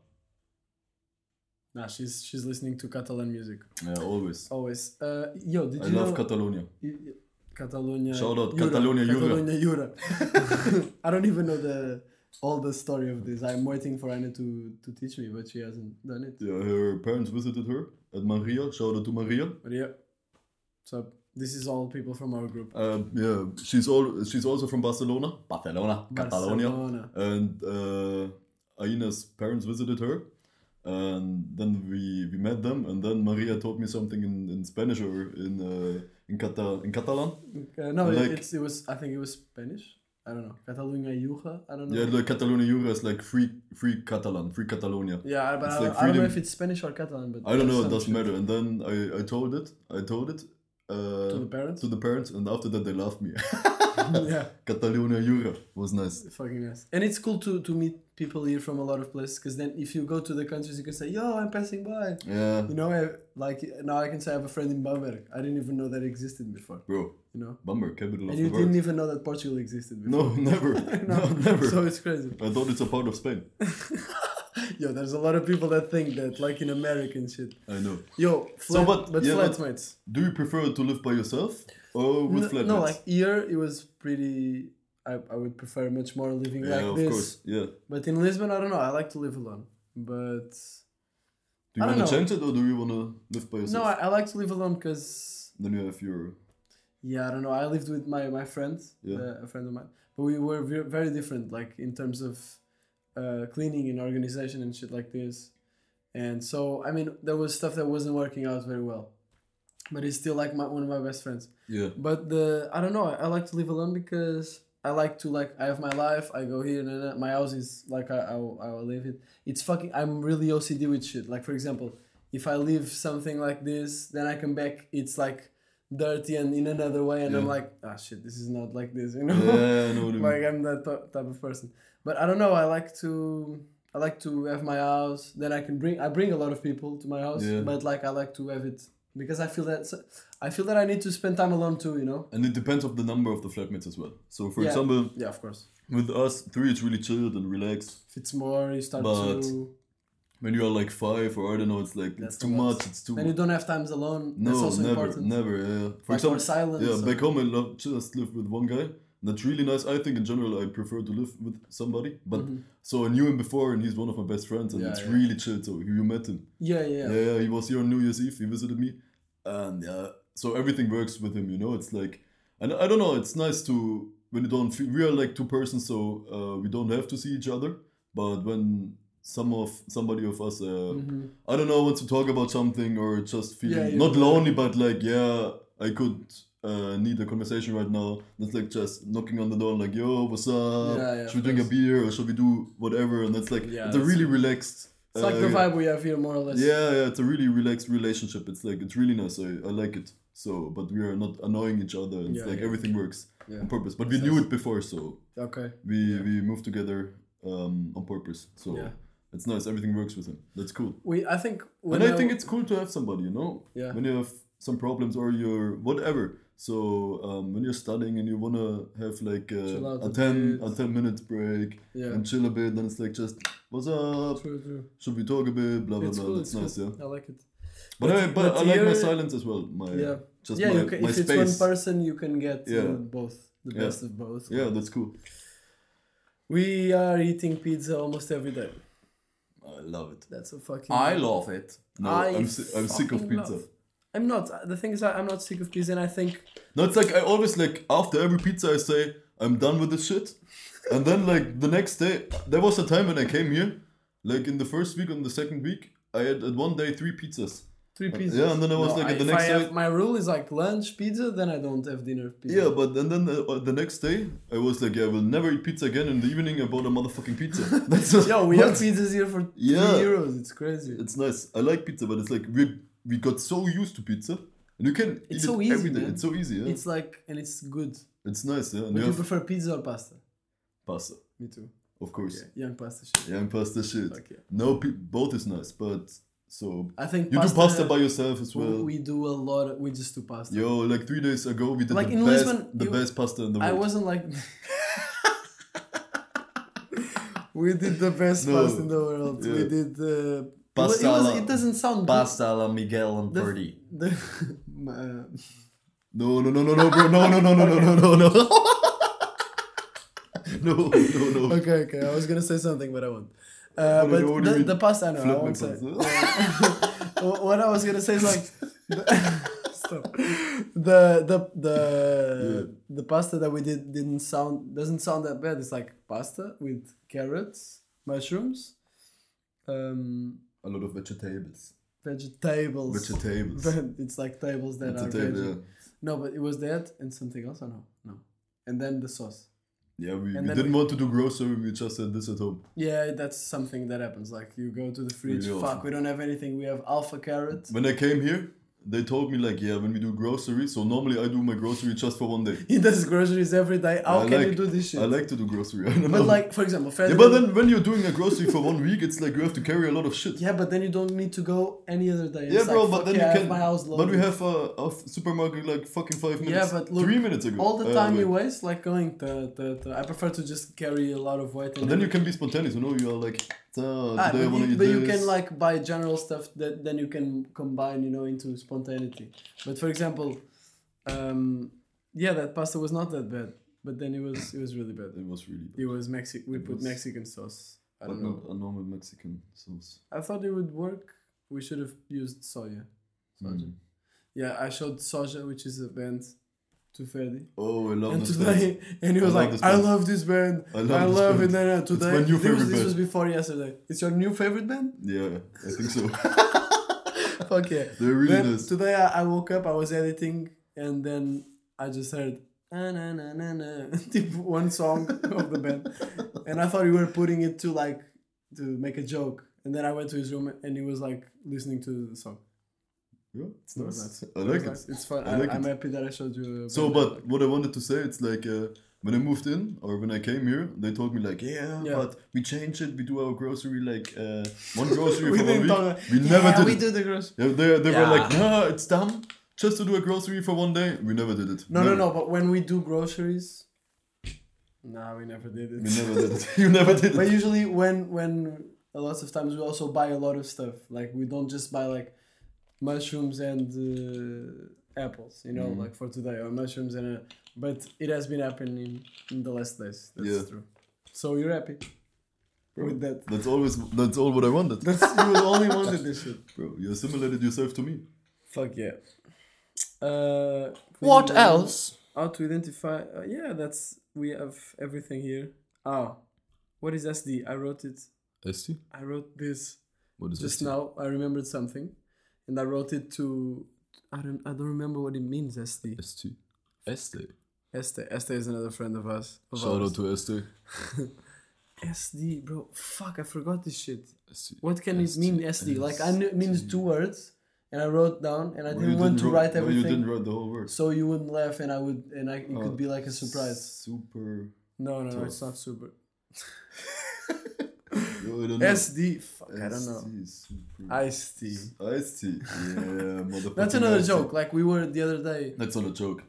Speaker 3: Nah, she's she's listening to Catalan music
Speaker 2: Yeah, always.
Speaker 3: always. Uh, yo, did
Speaker 2: I
Speaker 3: you know?
Speaker 2: love Catalonia.
Speaker 3: Y- y- Catalonia.
Speaker 2: Shout out,
Speaker 3: Jura.
Speaker 2: Catalonia, Jura.
Speaker 3: Catalonia Jura. I don't even know the all the story of this. I'm waiting for Anna to, to teach me, but she hasn't done it.
Speaker 2: Yeah, her parents visited her at Maria. Shout out to Maria.
Speaker 3: But yeah. So this is all people from our group.
Speaker 2: Uh, yeah, she's all she's also from Barcelona. Barcelona, Catalonia.
Speaker 3: Barcelona.
Speaker 2: And uh, Aina's parents visited her. And then we, we met them, and then Maria taught me something in, in Spanish or in uh, in, Cata- in Catalan.
Speaker 3: Uh, no, it,
Speaker 2: Like-
Speaker 3: it's, it was. I think it was Spanish. I don't know. Catalonia Jura. I don't know.
Speaker 2: Yeah, like Catalonia Jura is like free free Catalan, free Catalonia.
Speaker 3: Yeah, but
Speaker 2: It's
Speaker 3: I,
Speaker 2: like
Speaker 3: I don't know
Speaker 2: freedom.
Speaker 3: if it's Spanish or Catalan. But
Speaker 2: I don't know, it
Speaker 3: some
Speaker 2: doesn't
Speaker 3: shit.
Speaker 2: matter. And then I, I told it, I told it uh,
Speaker 3: To the parents.
Speaker 2: to the parents, and after that they loved me.
Speaker 3: yeah.
Speaker 2: Catalonia Jura was nice.
Speaker 3: Fucking nice. And it's cool to, to meet people here from a lot of places because then if you go to the countries, you can say, yo, I'm passing by.
Speaker 2: Yeah,
Speaker 3: You know, I, like now I can say I have a friend in Bamberg. I didn't even know that existed before,
Speaker 2: bro,
Speaker 3: you know?
Speaker 2: Bamberg, capital of
Speaker 3: And
Speaker 2: the
Speaker 3: you
Speaker 2: world.
Speaker 3: didn't even know that Portugal existed before.
Speaker 2: No, never, no, never.
Speaker 3: So it's crazy.
Speaker 2: I thought it's a part of Spain.
Speaker 3: Yo, there's a lot of people that think that, like in American shit.
Speaker 2: I know.
Speaker 3: Yo, flat,
Speaker 2: but-
Speaker 3: but
Speaker 2: yeah, but-
Speaker 3: flatmates.
Speaker 2: Do you prefer to live by yourself or with
Speaker 3: no,
Speaker 2: flatmates?
Speaker 3: no, like here it was pretty. I, I would prefer much more living
Speaker 2: yeah,
Speaker 3: like
Speaker 2: of
Speaker 3: this.
Speaker 2: course. Yeah.
Speaker 3: But in Lisbon, I don't know. I like to live alone. But
Speaker 2: Do you
Speaker 3: I don't
Speaker 2: want to
Speaker 3: know.
Speaker 2: change it or do you want to live by
Speaker 3: no,
Speaker 2: yourself?
Speaker 3: I, I like to live alone because
Speaker 2: Then you have your.
Speaker 3: Yeah, I don't know. I lived with my my friend,
Speaker 2: Yeah.
Speaker 3: uh, a friend of mine, but we were ve- very different, like in terms of uh, cleaning and organization and shit like this. And so, I mean, there was stuff that wasn't working out very well, but he's still like my, one of my best friends.
Speaker 2: Yeah.
Speaker 3: But the I don't know. I, I like to live alone because I like to like I have my life. I go here and then my house is like I I, I will live it. It's fucking. I'm really OCD with shit. Like for example, if I leave something like this, then I come back. It's like dirty and in another way, and I'm
Speaker 2: Yeah.
Speaker 3: like ah shit. This is not like this. You know.
Speaker 2: Yeah, I know what you
Speaker 3: like
Speaker 2: mean.
Speaker 3: I'm that t- type of person. But I don't know. I like to. I like to have my house. Then I can bring. I bring a lot of people to my house,
Speaker 2: Yeah.
Speaker 3: but like I like to have it because I feel that I feel that I need to spend time alone too. You know.
Speaker 2: And it depends of the number of the flatmates as well. So, for
Speaker 3: Yeah.
Speaker 2: example,
Speaker 3: Yeah, of course.
Speaker 2: with us three, it's really chilled and relaxed.
Speaker 3: If it's more, you start
Speaker 2: But-
Speaker 3: to.
Speaker 2: When you are like five or I don't know, it's like
Speaker 3: That's
Speaker 2: it's too
Speaker 3: a lot.
Speaker 2: much. It's too.
Speaker 3: And you don't have times alone.
Speaker 2: no,
Speaker 3: That's also
Speaker 2: never,
Speaker 3: important.
Speaker 2: never. Yeah. For
Speaker 3: Like more
Speaker 2: example,
Speaker 3: silence.
Speaker 2: yeah,
Speaker 3: or-
Speaker 2: back home I love just live with one guy. That's really nice. I think in general I prefer to live with somebody. But so I knew him before, and he's one of my best friends, and
Speaker 3: Mm-hmm. Yeah,
Speaker 2: it's
Speaker 3: yeah.
Speaker 2: really chill. So you met him.
Speaker 3: yeah, yeah,
Speaker 2: Yeah.
Speaker 3: yeah.
Speaker 2: yeah, he was here on New Year's Eve. He visited me, and yeah, so everything works with him. You know, it's like, and I don't know. It's nice to when you don't feel we are like two persons, so uh, we don't have to see each other. But when some of somebody of us, uh,
Speaker 3: Mhm.
Speaker 2: I don't know, wants to talk about something or just feeling
Speaker 3: Yeah, yeah,
Speaker 2: not
Speaker 3: yeah.
Speaker 2: lonely, but like, yeah, I could uh, need a conversation right now. That's like just knocking on the door, and like, yo, what's up?
Speaker 3: Yeah, yeah,
Speaker 2: should we drink a
Speaker 3: first-
Speaker 2: beer or should we do whatever? And that's like,
Speaker 3: Yeah,
Speaker 2: it's a
Speaker 3: that's-
Speaker 2: really relaxed.
Speaker 3: It's like the
Speaker 2: uh,
Speaker 3: vibe we have here, more or less.
Speaker 2: yeah, yeah, it's a really relaxed relationship. It's like it's really nice. I, I like it. So, but we are not annoying each other. It's
Speaker 3: Yeah,
Speaker 2: like
Speaker 3: yeah.
Speaker 2: everything works
Speaker 3: Yeah.
Speaker 2: on purpose. But we knew it before, so
Speaker 3: Okay.
Speaker 2: we we moved together um, on purpose. So
Speaker 3: Yeah.
Speaker 2: it's nice. Everything works with him. That's cool.
Speaker 3: We, I think. When
Speaker 2: and I, think it's cool to have somebody. You know,
Speaker 3: Yeah.
Speaker 2: when you have some problems or you're whatever. So um, when you're studying and you wanna have like
Speaker 3: Chill out
Speaker 2: uh, a
Speaker 3: a
Speaker 2: ten
Speaker 3: bit.
Speaker 2: a ten minute break
Speaker 3: Yeah.
Speaker 2: and chill a bit, then it's like just what's up?
Speaker 3: True, true.
Speaker 2: Should we talk a bit? Blah blah
Speaker 3: It's
Speaker 2: blah.
Speaker 3: cool.
Speaker 2: That's
Speaker 3: It's
Speaker 2: nice. Yeah.
Speaker 3: cool. I like it.
Speaker 2: But, I, but
Speaker 3: but
Speaker 2: I like my
Speaker 3: here-
Speaker 2: silence as well. My
Speaker 3: Yeah.
Speaker 2: just
Speaker 3: yeah,
Speaker 2: my,
Speaker 3: you can,
Speaker 2: my
Speaker 3: if
Speaker 2: space.
Speaker 3: it's one person, you can get
Speaker 2: Yeah.
Speaker 3: the both, the
Speaker 2: Yeah.
Speaker 3: best of both.
Speaker 2: yeah, that's cool.
Speaker 3: We are eating pizza almost every day.
Speaker 2: I love it.
Speaker 3: That's a fucking.
Speaker 2: I love it. No,
Speaker 3: I
Speaker 2: I am si- I'm sick of
Speaker 3: fucking
Speaker 2: pizza.
Speaker 3: love- I'm not. The thing is, I, I'm not sick of pizza, and I think
Speaker 2: No, it's like I always like after every pizza I say I'm done with this shit, and then like the next day there was a time when I came here, like in the first week and the second week I had at one day three pizzas.
Speaker 3: three pizzas.
Speaker 2: Uh, Yeah, and then I was like, at the
Speaker 3: if
Speaker 2: next
Speaker 3: I
Speaker 2: day-
Speaker 3: have- my rule is like lunch pizza, then I don't have dinner pizza.
Speaker 2: Yeah, but and then uh, the next day I was like, yeah, I will never eat pizza again. In the evening I bought a motherfucking pizza. That's just,
Speaker 3: Yo, we
Speaker 2: What?
Speaker 3: have pizzas here for
Speaker 2: Yeah.
Speaker 3: three euros. It's crazy.
Speaker 2: it's nice. I like pizza, but it's like we we got so used to pizza, and you can
Speaker 3: It's
Speaker 2: eat
Speaker 3: so
Speaker 2: it
Speaker 3: easy,
Speaker 2: every day.
Speaker 3: man.
Speaker 2: It's so easy. Yeah? It's,
Speaker 3: It's like and it's good.
Speaker 2: nice. Yeah, and
Speaker 3: Would
Speaker 2: you
Speaker 3: you
Speaker 2: have
Speaker 3: prefer pizza or pasta?
Speaker 2: pasta.
Speaker 3: Me too.
Speaker 2: Of course.
Speaker 3: Yeah, young pasta shit.
Speaker 2: Young pasta shit.
Speaker 3: Fuck yeah.
Speaker 2: No, pe- both is nice, but so
Speaker 3: I think
Speaker 2: you do pasta by yourself as
Speaker 3: we-
Speaker 2: well.
Speaker 3: We do a lot. Of, we just do pasta.
Speaker 2: Yo, like three days ago, we did
Speaker 3: Like
Speaker 2: the
Speaker 3: in
Speaker 2: best,
Speaker 3: Lisbon,
Speaker 2: the
Speaker 3: you-
Speaker 2: best pasta in the
Speaker 3: I
Speaker 2: world.
Speaker 3: wasn't like. we did the best
Speaker 2: No.
Speaker 3: pasta in the world. We
Speaker 2: Yeah.
Speaker 3: did the.
Speaker 2: Pasta
Speaker 3: it, was,
Speaker 2: alla-
Speaker 3: it doesn't sound
Speaker 2: la Miguel and
Speaker 3: The- Good. The, uh,
Speaker 2: No, no, no, no, no, bro. No, no, no, no, no, no, no, no. No, no, no.
Speaker 3: okay, okay. I was gonna say something, but I won't. Uh,
Speaker 2: No, no,
Speaker 3: but
Speaker 2: no, what do you
Speaker 3: the,
Speaker 2: mean?
Speaker 3: the pasta, I know. I
Speaker 2: Flip
Speaker 3: won't
Speaker 2: my
Speaker 3: say.
Speaker 2: pasta.
Speaker 3: Wh- what I was gonna say is like, stop. The the the the pasta that we did didn't sound doesn't sound that bad. It's like pasta with carrots, mushrooms, um,
Speaker 2: A lot of vegetables.
Speaker 3: vegetables.
Speaker 2: Vegetables.
Speaker 3: But it's like tables that are veggie.
Speaker 2: Vegetable,
Speaker 3: No, but it was that and something else. or no, no, and then the sauce.
Speaker 2: yeah. Yeah, we,
Speaker 3: And
Speaker 2: we
Speaker 3: then
Speaker 2: didn't
Speaker 3: we-
Speaker 2: want to do grocery. We just said this at home.
Speaker 3: Yeah, that's something that happens. Like you go to the fridge.
Speaker 2: Really
Speaker 3: fuck,
Speaker 2: often.
Speaker 3: we don't have anything. We have alpha carrot.
Speaker 2: When I came here, they told me like, yeah, when we do grocery. So normally I do my grocery just for one day.
Speaker 3: He does groceries every day. How
Speaker 2: I
Speaker 3: can you
Speaker 2: like-
Speaker 3: do this shit?
Speaker 2: I like to do grocery. I don't know.
Speaker 3: But like, for example,
Speaker 2: yeah,
Speaker 3: Ferdinand.
Speaker 2: but then when you're doing a grocery for one week, it's like you have to carry a lot of shit.
Speaker 3: yeah, but then you don't need to go any other day.
Speaker 2: Yeah,
Speaker 3: It's
Speaker 2: bro,
Speaker 3: like,
Speaker 2: but
Speaker 3: fuck
Speaker 2: then
Speaker 3: yeah, I
Speaker 2: you
Speaker 3: have
Speaker 2: can.
Speaker 3: My house
Speaker 2: but we
Speaker 3: loaded.
Speaker 2: have a, a f- supermarket like fucking five
Speaker 3: Yeah,
Speaker 2: minutes.
Speaker 3: but look,
Speaker 2: three minutes ago.
Speaker 3: all the
Speaker 2: Uh,
Speaker 3: time
Speaker 2: wait.
Speaker 3: you waste, like going. Ta, ta, ta. I prefer to just carry a lot of weight.
Speaker 2: But then you can be spontaneous. You know, you are like, "Duh,
Speaker 3: Ah, but
Speaker 2: today I want to
Speaker 3: you,
Speaker 2: eat
Speaker 3: but
Speaker 2: this.
Speaker 3: you can like buy general stuff that then you can combine, you know, into spontaneity. But for example, um, yeah, that pasta was not that bad, but then it was it was really bad.
Speaker 2: It was really.
Speaker 3: It was Mexican. We
Speaker 2: It
Speaker 3: put
Speaker 2: was-
Speaker 3: Mexican sauce. I
Speaker 2: But
Speaker 3: don't
Speaker 2: not
Speaker 3: know.
Speaker 2: a normal Mexican sauce.
Speaker 3: I thought it would work. We should have used soya. Soja.
Speaker 2: Mm.
Speaker 3: Yeah, I showed Soja, which is a band, to Ferdi.
Speaker 2: Oh, I love
Speaker 3: and
Speaker 2: this.
Speaker 3: today, and he
Speaker 2: I
Speaker 3: was
Speaker 2: love
Speaker 3: like,
Speaker 2: this
Speaker 3: I
Speaker 2: band.
Speaker 3: love this band. I
Speaker 2: I
Speaker 3: love,
Speaker 2: love this
Speaker 3: it.
Speaker 2: band.
Speaker 3: No, no, today.
Speaker 2: my
Speaker 3: This
Speaker 2: new
Speaker 3: was-
Speaker 2: favorite
Speaker 3: This was
Speaker 2: band.
Speaker 3: before yesterday. It's your new favorite band?
Speaker 2: Yeah, I think so.
Speaker 3: Fuck yeah.
Speaker 2: They're really
Speaker 3: then,
Speaker 2: nice.
Speaker 3: Today I, I woke up, I was editing, and then I just heard. "Na, na, na, na, na," Tipo, one song of the band, and I thought you were putting it to like to make a joke, and then I went to his room and he was like listening to the song.
Speaker 2: yeah, it's
Speaker 3: It was
Speaker 2: nice.
Speaker 3: nice.
Speaker 2: I
Speaker 3: It was
Speaker 2: like
Speaker 3: nice.
Speaker 2: it.
Speaker 3: It's fun.
Speaker 2: I
Speaker 3: I
Speaker 2: like
Speaker 3: am
Speaker 2: it.
Speaker 3: happy that I showed you. a
Speaker 2: So,
Speaker 3: video.
Speaker 2: but what I wanted to say, it's like uh, when I moved in or when I came here, they told me like, yeah,
Speaker 3: Yeah.
Speaker 2: but we change it. We do our grocery like uh, one grocery
Speaker 3: we
Speaker 2: for one
Speaker 3: didn't
Speaker 2: week.
Speaker 3: talk.
Speaker 2: We never
Speaker 3: yeah,
Speaker 2: did.
Speaker 3: we
Speaker 2: it.
Speaker 3: do the grocery.
Speaker 2: Yeah, they they were like,
Speaker 3: Yeah.
Speaker 2: nah, it's dumb. Just to do a grocery for one day, we never did it.
Speaker 3: No, no,
Speaker 2: Never.
Speaker 3: no. But when we do groceries, nah, we never did it.
Speaker 2: We never did it. You never did
Speaker 3: but
Speaker 2: it.
Speaker 3: usually, when when a lot of times we also buy a lot of stuff. Like we don't just buy like mushrooms and uh, apples. You know, like for today or mushrooms and. Uh, but it has been happening in the last days. That's
Speaker 2: Yeah.
Speaker 3: true. So you're happy with that.
Speaker 2: That's always that's all what I wanted.
Speaker 3: That's you only wanted this shit.
Speaker 2: Bro, you assimilated yourself to me.
Speaker 3: Fuck yeah. Uh,
Speaker 1: What
Speaker 3: clean room.
Speaker 1: else?
Speaker 3: How to identify? Uh, yeah, that's we have everything here. Oh, what is SD? I wrote it.
Speaker 2: ST?
Speaker 3: I wrote this
Speaker 2: What is
Speaker 3: just now. I remembered something, and I wrote it to. I don't. I don't remember what it means. SD.
Speaker 2: ST. ST.
Speaker 3: Este. Este is another friend of us. Of
Speaker 2: Shout
Speaker 3: ours.
Speaker 2: out to ST.
Speaker 3: SD, bro. Fuck, I forgot this shit.
Speaker 2: ST.
Speaker 3: What can it
Speaker 2: SD,
Speaker 3: mean? SD. Like I knew it means two words, and I wrote down, and I
Speaker 2: Well,
Speaker 3: didn't
Speaker 2: you
Speaker 3: want to
Speaker 2: wrote-
Speaker 3: write
Speaker 2: no,
Speaker 3: everything.
Speaker 2: you didn't write the whole word.
Speaker 3: So you wouldn't laugh, and I would, and I, it
Speaker 2: Uh,
Speaker 3: could be like a surprise.
Speaker 2: Super.
Speaker 3: No, no, no,
Speaker 2: tough.
Speaker 3: it's not super.
Speaker 2: Yo, I don't know.
Speaker 3: SD, fuck, I don't know.
Speaker 2: ST, super.
Speaker 3: Iced tea.
Speaker 2: Iced tea. Yeah, motherfucker.
Speaker 3: That's another joke. Like we were the other day.
Speaker 2: That's not a joke.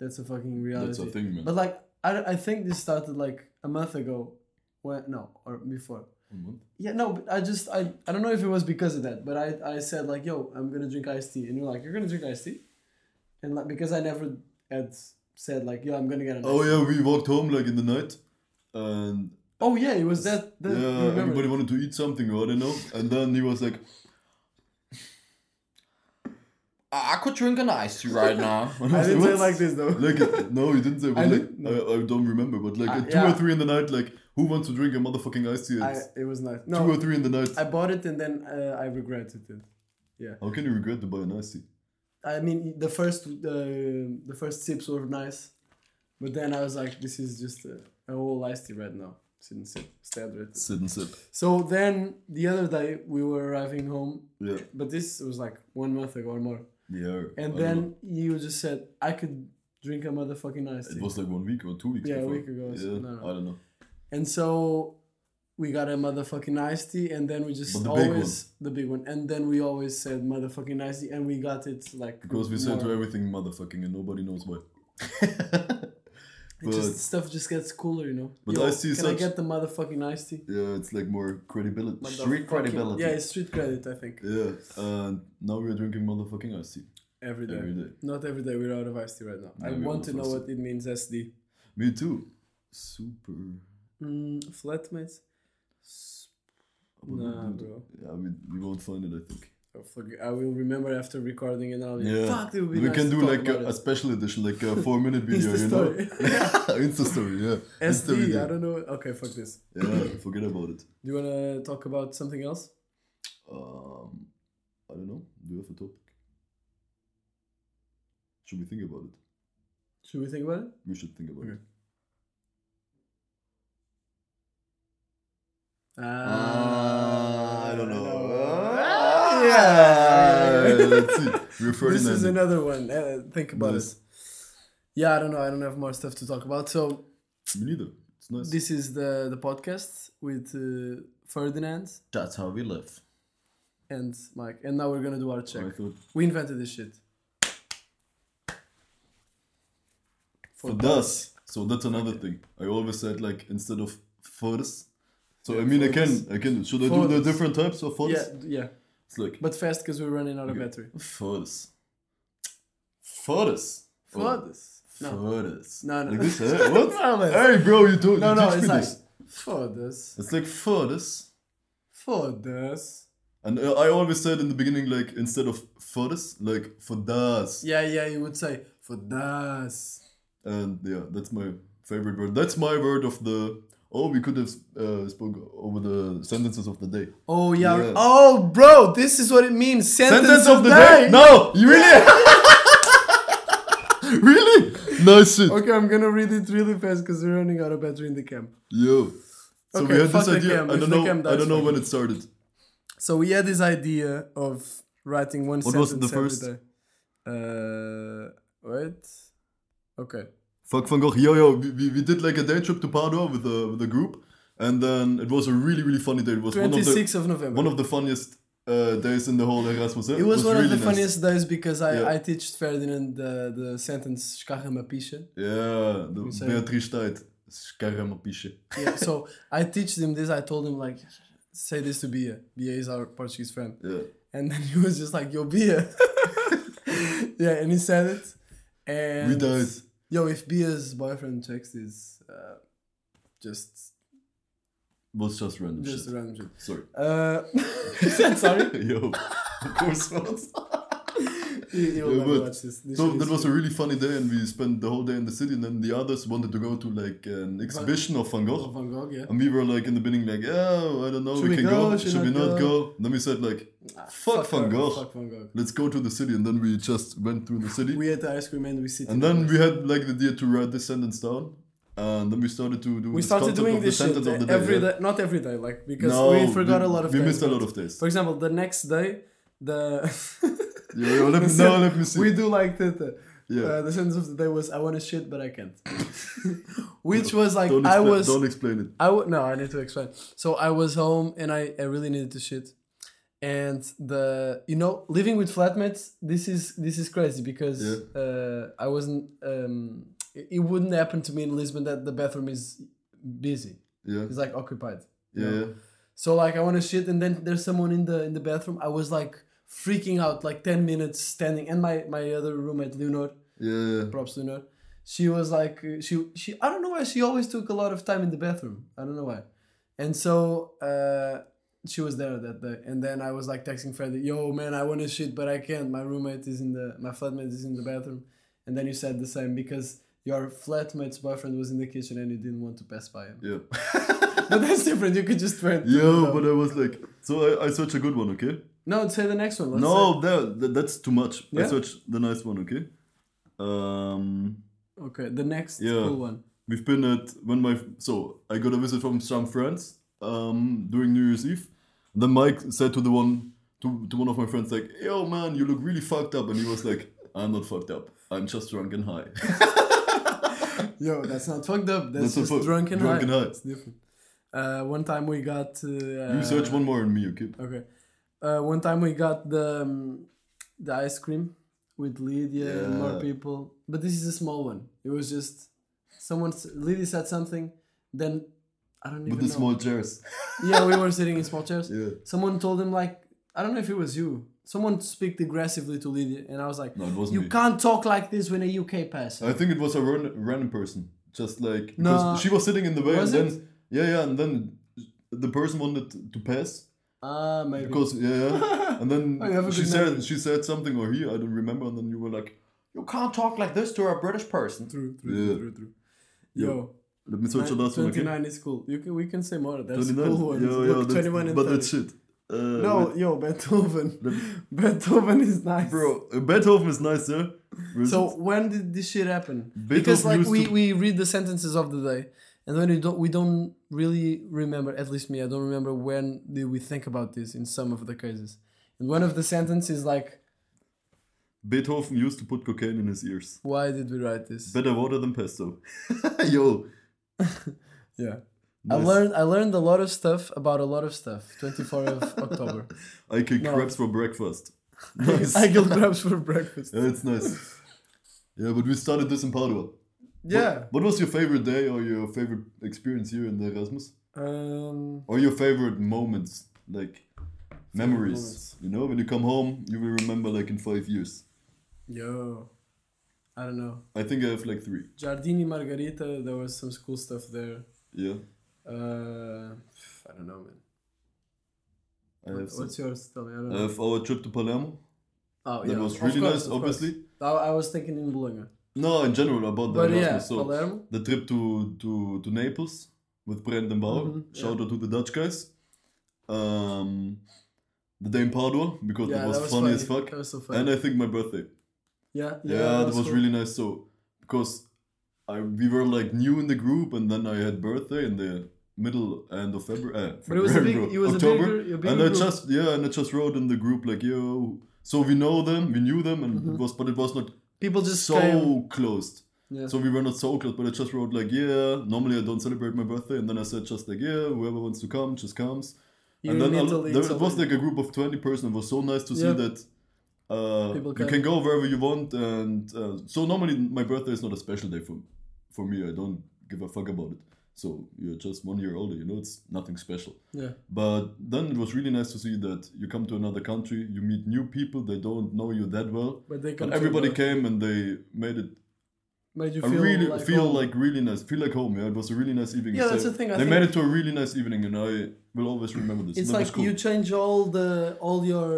Speaker 3: That's a fucking reality.
Speaker 2: That's a thing, man.
Speaker 3: But like, I, I think this started like a month ago. When no, or before.
Speaker 2: A month?
Speaker 3: Yeah, no, but I just I, I don't know if it was because of that, but I, I said like, yo, I'm gonna drink iced tea, and you're like, you're gonna drink iced tea, and like because I never had said like, yo, I'm gonna get an.
Speaker 2: Oh yeah, we walked home like in the night, and
Speaker 3: oh yeah, it was that. that you
Speaker 2: yeah,
Speaker 3: remember.
Speaker 2: everybody wanted to eat something or I don't know, and then he was like,
Speaker 1: I could drink an ice tea right now.
Speaker 3: I didn't say
Speaker 2: "What?"
Speaker 3: it like this though.
Speaker 2: Like it- no, he didn't say. But
Speaker 3: I
Speaker 2: like,
Speaker 3: didn't- no.
Speaker 2: I, I don't remember, but like
Speaker 3: Ah,
Speaker 2: at two
Speaker 3: yeah.
Speaker 2: or three in the night, like who wants to drink a motherfucking iced tea?
Speaker 3: I,
Speaker 2: At
Speaker 3: it was nice.
Speaker 2: Two or
Speaker 3: No,
Speaker 2: three in the night.
Speaker 3: I bought it and then uh, I regretted it.
Speaker 2: How can you regret to buy an iced tea?
Speaker 3: I mean, the first uh, the first sips were nice, but then I was like, this is just a, a whole iced tea right now. Since sip, stand right.
Speaker 2: Sit and sip.
Speaker 3: So then the other day we were arriving home,
Speaker 2: Yeah,
Speaker 3: but this was like one month ago or more.
Speaker 2: yeah.
Speaker 3: And
Speaker 2: I
Speaker 3: then
Speaker 2: don't know.
Speaker 3: you just said I could drink a motherfucking iced
Speaker 2: it
Speaker 3: tea.
Speaker 2: was like one week or two weeks.
Speaker 3: Yeah, a
Speaker 2: before.
Speaker 3: week ago,
Speaker 2: Yeah,
Speaker 3: so- no, no.
Speaker 2: I don't know.
Speaker 3: And so we got a motherfucking iced tea, and then we just
Speaker 2: But the big
Speaker 3: always the big one, and then we always said motherfucking iced tea, and we got it like
Speaker 2: Because we said to
Speaker 3: more-
Speaker 2: everything motherfucking and nobody knows why.
Speaker 3: it just stuff just gets cooler, you know.
Speaker 2: But
Speaker 3: Yo,
Speaker 2: iced tea is
Speaker 3: can I
Speaker 2: such-
Speaker 3: get the motherfucking iced tea?
Speaker 2: Yeah, it's like more credibility.
Speaker 3: Motherfucking-
Speaker 2: Street credibility.
Speaker 3: Yeah, it's street credit, I think.
Speaker 2: Yeah, and now we're drinking motherfucking iced tea
Speaker 3: Every day.
Speaker 2: every day.
Speaker 3: Not every day. We're out of iced tea right now. I
Speaker 2: Yeah, we
Speaker 3: want to
Speaker 2: almost
Speaker 3: know
Speaker 2: lost
Speaker 3: what it means SD.
Speaker 2: Me too. Super.
Speaker 3: Mm, flatmates. S-
Speaker 2: But we
Speaker 3: Nah,
Speaker 2: don't-
Speaker 3: bro.
Speaker 2: Yeah, we, we won't find it, I think.
Speaker 3: I forg- I will remember after recording and I'll be
Speaker 2: Yeah.
Speaker 3: fuck, it would be
Speaker 2: we
Speaker 3: nice
Speaker 2: can
Speaker 3: to
Speaker 2: do
Speaker 3: talk
Speaker 2: like
Speaker 3: about
Speaker 2: a,
Speaker 3: it."
Speaker 2: a special edition, like a four minute video,
Speaker 3: Insta
Speaker 2: you
Speaker 3: story.
Speaker 2: know? Insta story, yeah. Insta
Speaker 3: SD, I
Speaker 2: video.
Speaker 3: don't know. Okay, fuck this.
Speaker 2: Yeah, forget about it.
Speaker 3: Do you wanna talk about something else?
Speaker 2: Um, I don't know. Do you have a topic? Should we think about it?
Speaker 3: Should we think about it?
Speaker 2: We should think about
Speaker 3: Okay.
Speaker 2: it.
Speaker 1: Ah, I don't know.
Speaker 3: Ah, Uh,
Speaker 2: Uh,
Speaker 3: yeah.
Speaker 2: let's see. We're 39.
Speaker 3: this is another one. Uh, think about
Speaker 2: Nice.
Speaker 3: it. Yeah, I don't know. I don't have more stuff to talk about. So
Speaker 2: Me neither. It's nice.
Speaker 3: this is the the podcast with uh, Ferdinand
Speaker 2: That's how we live.
Speaker 3: and Mike, and now we're gonna do our check.
Speaker 2: I thought
Speaker 3: We invented this shit.
Speaker 2: for thus. So that's another thing. I always said like instead of furs. So I mean I can I can should I do the
Speaker 3: Furs.
Speaker 2: different types of furs?
Speaker 3: Yeah, d- yeah,
Speaker 2: It's like
Speaker 3: but fast because we're running out of
Speaker 2: Okay.
Speaker 3: battery.
Speaker 2: furs. Furs.
Speaker 3: For this? No.
Speaker 2: Furs.
Speaker 3: No, no.
Speaker 2: Like this, eh? What?
Speaker 3: No, man.
Speaker 2: hey bro, you don't
Speaker 3: No,
Speaker 2: you
Speaker 3: no,
Speaker 2: teach
Speaker 3: it's
Speaker 2: me
Speaker 3: like
Speaker 2: this.
Speaker 3: for this.
Speaker 2: It's like furs.
Speaker 3: For this.
Speaker 2: And uh, I always said in the beginning like instead of furs, like for das.
Speaker 3: Yeah, yeah, you would say for this.
Speaker 2: And yeah, that's my favorite word. That's my word of the. Oh, we could have uh, spoke over the sentences of the day.
Speaker 3: Oh yeah.
Speaker 2: Yeah.
Speaker 3: Oh bro, this is what it means. Sentence,
Speaker 2: Sentence
Speaker 3: of, the day.
Speaker 2: No, you really? really? Nice shit.
Speaker 3: Okay, I'm gonna read it really fast because we're running out of battery in the camp.
Speaker 2: Yo. So
Speaker 3: Okay,
Speaker 2: we had
Speaker 3: fuck
Speaker 2: this
Speaker 3: the
Speaker 2: idea.
Speaker 3: cam.
Speaker 2: I
Speaker 3: If
Speaker 2: don't
Speaker 3: the
Speaker 2: know.
Speaker 3: cam
Speaker 2: I
Speaker 3: dies,
Speaker 2: don't know
Speaker 3: fuck
Speaker 2: when it started.
Speaker 3: So we had this idea of writing one
Speaker 2: What was
Speaker 3: sentence
Speaker 2: the first?
Speaker 3: every day. Uh, wait. Okay.
Speaker 2: Fuck Van Gogh. Yo, yo. We, we, we did like a day trip to Padua with a with a group, and then it was a really really funny day. It was one of the
Speaker 3: 26th of November.
Speaker 2: one of the funniest uh, days in the whole Erasmus. eh?
Speaker 3: it was, one
Speaker 2: really
Speaker 3: of the
Speaker 2: nice.
Speaker 3: funniest days because I,
Speaker 2: Yeah.
Speaker 3: I teached Ferdinand the, the sentence "Skarre me pische."
Speaker 2: Yeah, the
Speaker 3: say-
Speaker 2: Beatrice tijd. Skarma pische.
Speaker 3: Yeah, so I teached him this. I told him like, say this to Bia. Bia is our Portuguese friend.
Speaker 2: Yeah.
Speaker 3: And then he was just like, yo, Bia. yeah, and he said it. And
Speaker 2: We died.
Speaker 3: Yo, if Bia's boyfriend checks this, uh, just
Speaker 2: Was just random
Speaker 3: just
Speaker 2: shit.
Speaker 3: random shit.
Speaker 2: Sorry.
Speaker 3: Uh, sorry,
Speaker 2: Yo. Of course was.
Speaker 3: you, you will
Speaker 2: Yeah,
Speaker 3: never
Speaker 2: but-
Speaker 3: watch this. this
Speaker 2: So
Speaker 3: shit
Speaker 2: that
Speaker 3: is
Speaker 2: was a really funny day, and we spent the whole day in the city. And then the others wanted to go to like an exhibition of Van
Speaker 3: of
Speaker 2: Gogh,
Speaker 3: Van Gogh, yeah.
Speaker 2: and we were like in the beginning, like, oh, I don't know,
Speaker 3: Should
Speaker 2: we,
Speaker 3: we
Speaker 2: can
Speaker 3: go?
Speaker 2: go,
Speaker 3: Should
Speaker 2: should, we
Speaker 3: not
Speaker 2: not
Speaker 3: go?"
Speaker 2: go? Then we said like,
Speaker 3: Ah,
Speaker 2: fuck Van
Speaker 3: her,
Speaker 2: Gogh.
Speaker 3: Fuck Van Gogh.
Speaker 2: let's go to the city, and then we just went through the city,
Speaker 3: We had the ice cream and we sit.
Speaker 2: and
Speaker 3: in
Speaker 2: then
Speaker 3: the-
Speaker 2: we had like the idea to write this sentence down, and then we started to do
Speaker 3: we
Speaker 2: this
Speaker 3: started
Speaker 2: concept
Speaker 3: doing
Speaker 2: of the
Speaker 3: this shit
Speaker 2: sentence of the day.
Speaker 3: every
Speaker 2: yeah.
Speaker 3: day, not every day, like because
Speaker 2: No,
Speaker 3: we forgot
Speaker 2: we-
Speaker 3: a lot of.
Speaker 2: we
Speaker 3: days,
Speaker 2: missed a
Speaker 3: but-
Speaker 2: lot of days.
Speaker 3: For example, the next day, the
Speaker 2: Yo, yo, let me,
Speaker 3: The
Speaker 2: no,
Speaker 3: sen-
Speaker 2: let me see.
Speaker 3: we do like that.
Speaker 2: yeah.
Speaker 3: Uh, the sentence of the day was "I want to shit, but I can't," which was like
Speaker 2: don't,
Speaker 3: I
Speaker 2: expla-
Speaker 3: was
Speaker 2: don't explain it.
Speaker 3: I w- no, I need to explain. So I was home and I, I really needed to shit. And the you know living with flatmates this is this is crazy because
Speaker 2: Yeah.
Speaker 3: uh, I wasn't um, it, it wouldn't happen to me in Lisbon that the bathroom is busy
Speaker 2: Yeah,
Speaker 3: it's like occupied
Speaker 2: yeah, yeah.
Speaker 3: so like I want to shit and then there's someone in the in the bathroom I was like freaking out like ten minutes standing and my my other roommate Leonor
Speaker 2: yeah. yeah.
Speaker 3: props to her. She was like uh, she she I don't know why she always took a lot of time in the bathroom. I don't know why. And so uh, she was there that day, and then I was like texting Freddy, "Yo, man, I want to shit, but I can't. My roommate is in the my flatmate is in the bathroom." And then you said the same because your flatmate's boyfriend was in the kitchen and you didn't want to pass by him.
Speaker 2: yeah.
Speaker 3: but that's different. You could just went.
Speaker 2: Yo, but I was like, so I, I search a good one, okay?
Speaker 3: No, say the next one. Let's
Speaker 2: no, that, that, that's too much. I
Speaker 3: Yeah?
Speaker 2: search the nice one, okay? Um,
Speaker 3: say- Okay, the next
Speaker 2: Yeah.
Speaker 3: cool one.
Speaker 2: we've been at when my so I got a visit from some friends um during New Year's Eve. And then Mike said to the one to, to one of my friends like, "Yo, man, you look really fucked up," and he was like, "I'm not fucked up. I'm just drunk and high."
Speaker 3: Yo, that's not fucked up. That's,
Speaker 2: That's not
Speaker 3: just
Speaker 2: fuck-
Speaker 3: drunk and
Speaker 2: drunk
Speaker 3: high.
Speaker 2: and high.
Speaker 3: It's different. Uh, one time we got. Uh,
Speaker 2: You search one more than me, okay?
Speaker 3: Okay. Uh, one time we got the um, the ice cream with Lydia and more
Speaker 2: Yeah.
Speaker 3: people, but this is a small one. It was just someone. s- Lydia said something, then I don't even
Speaker 2: With the
Speaker 3: know.
Speaker 2: small chairs.
Speaker 3: yeah, we were sitting in small chairs.
Speaker 2: Yeah.
Speaker 3: Someone told him like I don't know if it was you. Someone speak aggressively to Lydia, and I was like,
Speaker 2: No, it wasn't
Speaker 3: "You
Speaker 2: me.
Speaker 3: can't talk like this when a UK person."
Speaker 2: I think it was a ran- random person. Just like because
Speaker 3: Nah.
Speaker 2: she was sitting in the way,
Speaker 3: Was
Speaker 2: and
Speaker 3: it?
Speaker 2: then yeah, yeah, and then the person wanted to pass
Speaker 3: Ah, maybe.
Speaker 2: because yeah, yeah. and then
Speaker 3: Oh, you have a
Speaker 2: she
Speaker 3: good
Speaker 2: said
Speaker 3: memory.
Speaker 2: she said something or he, I don't remember, and then you were like,
Speaker 1: You can't talk like this to a British person.
Speaker 3: True, true,
Speaker 2: Yeah.
Speaker 3: true, true.
Speaker 2: Yeah.
Speaker 3: Yo,
Speaker 2: let me search the last one. Okay?
Speaker 3: 29 is cool. You can, we can say more. That's
Speaker 2: 29.
Speaker 3: cool ones.
Speaker 2: Yeah, yeah,
Speaker 3: Look,
Speaker 2: that's-
Speaker 3: 21 and
Speaker 2: but
Speaker 3: 30.
Speaker 2: that's shit. Uh,
Speaker 3: No,
Speaker 2: wait.
Speaker 3: yo, Beethoven.
Speaker 2: Let me-
Speaker 3: Beethoven is nice.
Speaker 2: bro, uh, Beethoven is nice, yeah. Where is
Speaker 3: So
Speaker 2: it?
Speaker 3: when did this shit happen?
Speaker 2: Beethoven
Speaker 3: because like
Speaker 2: used
Speaker 3: we,
Speaker 2: to-
Speaker 3: we read the sentences of the day, and when we don't we don't really remember. At least me, I don't remember when did we think about this in some of the cases. And one of the sentences is like,
Speaker 2: Beethoven used to put cocaine in his ears.
Speaker 3: "Why did we write this?"
Speaker 2: Better water than pesto. Yo,
Speaker 3: Yeah, I
Speaker 2: nice.
Speaker 3: learned I learned a lot of stuff about a lot of stuff. Twenty four of October,
Speaker 2: I can
Speaker 3: No.
Speaker 2: crabs for breakfast. Nice.
Speaker 3: I get grabs for breakfast.
Speaker 2: Yeah, it's nice. Yeah, but we started this in Padua.
Speaker 3: Yeah.
Speaker 2: What, what was your favorite day or your favorite experience here in the Erasmus?
Speaker 3: Um.
Speaker 2: Or your favorite moments, like memories? You know, when you come home, you will remember like in five years.
Speaker 3: Yo, I don't know.
Speaker 2: I think I have like three.
Speaker 3: Giardini Margarita. There was some cool stuff there.
Speaker 2: Yeah,
Speaker 3: Uh, I don't know, man.
Speaker 2: I have.
Speaker 3: What,
Speaker 2: some.
Speaker 3: what's yours? Tell me. I don't
Speaker 2: I
Speaker 3: know.
Speaker 2: have our trip to Palermo.
Speaker 3: oh,
Speaker 2: That was
Speaker 3: of
Speaker 2: Uh, really
Speaker 3: course,
Speaker 2: nice,
Speaker 3: of course.
Speaker 2: obviously.
Speaker 3: I, I was thinking in Bologna.
Speaker 2: No, in general about the
Speaker 3: But
Speaker 2: Erasmus.
Speaker 3: yeah,
Speaker 2: so
Speaker 3: Palermo.
Speaker 2: the trip to to to Naples with Brandon Bauer.
Speaker 3: Mhm,
Speaker 2: Shout out to the Dutch guys. Um, the day in Padua because
Speaker 3: Yeah,
Speaker 2: it was,
Speaker 3: that was
Speaker 2: funny, as
Speaker 3: funny.
Speaker 2: fuck.
Speaker 3: That was so funny.
Speaker 2: And I think my birthday.
Speaker 3: yeah,
Speaker 2: Yeah, that was
Speaker 3: cool.
Speaker 2: really nice. So because I we were like new in the group, and then I had birthday in the middle end of February. Uh,
Speaker 3: But it was a
Speaker 2: February,
Speaker 3: big-
Speaker 2: bro,
Speaker 3: it was a
Speaker 2: October,
Speaker 3: bigger- a bigger
Speaker 2: and I
Speaker 3: group.
Speaker 2: just yeah, and I just wrote in the group like yo. So we know them, we knew them, and
Speaker 3: Mm-hmm.
Speaker 2: it was but it was not
Speaker 3: People just
Speaker 2: so
Speaker 3: came.
Speaker 2: closed.
Speaker 3: Yeah.
Speaker 2: So we were not so close, but I just wrote like, yeah. Normally I don't celebrate my birthday, and then I said just like, yeah, whoever wants to come just comes.
Speaker 3: You're
Speaker 2: and
Speaker 3: in
Speaker 2: then I-
Speaker 3: Italy,
Speaker 2: there
Speaker 3: so
Speaker 2: it was like a group of twenty person. It was so nice to see
Speaker 3: Yeah.
Speaker 2: that uh,
Speaker 3: People
Speaker 2: you
Speaker 3: can-
Speaker 2: can go wherever you want. And uh, so normally my birthday is not a special day for for me. I don't give a fuck about it. So you're just one year older, you know. It's nothing special.
Speaker 3: yeah.
Speaker 2: But then it was really nice to see that you come to another country, you meet new people. They don't know you that well.
Speaker 3: But they come
Speaker 2: But
Speaker 3: to
Speaker 2: everybody
Speaker 3: the-
Speaker 2: came and they made it
Speaker 3: Made you
Speaker 2: I
Speaker 3: feel
Speaker 2: really
Speaker 3: like
Speaker 2: feel
Speaker 3: home.
Speaker 2: like really nice. Feel like home. Yeah, it was a really nice evening.
Speaker 3: Yeah, that's the thing, I
Speaker 2: they
Speaker 3: think-
Speaker 2: made it to a really nice evening, and I will always remember this.
Speaker 3: it's
Speaker 2: that was
Speaker 3: like
Speaker 2: cool.
Speaker 3: you change all the all your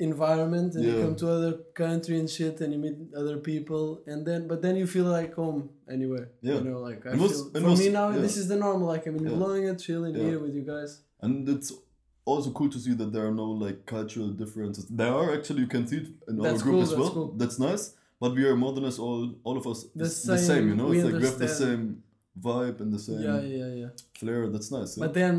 Speaker 3: environment and you
Speaker 2: Yeah.
Speaker 3: come to other country and shit and you meet other people and then but then you feel like home anyway
Speaker 2: Yeah.
Speaker 3: you know like I
Speaker 2: It was-
Speaker 3: feel,
Speaker 2: it
Speaker 3: for
Speaker 2: was-
Speaker 3: me now
Speaker 2: yeah.
Speaker 3: this is the normal like i'm in
Speaker 2: Yeah.
Speaker 3: Bologna chilling
Speaker 2: Yeah.
Speaker 3: here with you guys
Speaker 2: And it's also cool to see that there are no like cultural differences. There are actually. You can see it in our
Speaker 3: That's
Speaker 2: group
Speaker 3: cool,
Speaker 2: as
Speaker 3: that's
Speaker 2: well.
Speaker 3: cool.
Speaker 2: That's nice. But we are more than us all. All of us
Speaker 3: The
Speaker 2: is the same.
Speaker 3: same,
Speaker 2: You know,
Speaker 3: we
Speaker 2: it's like we have the
Speaker 3: understand.
Speaker 2: same vibe and the same
Speaker 3: yeah yeah yeah
Speaker 2: flair. That's nice. Yeah,
Speaker 3: but then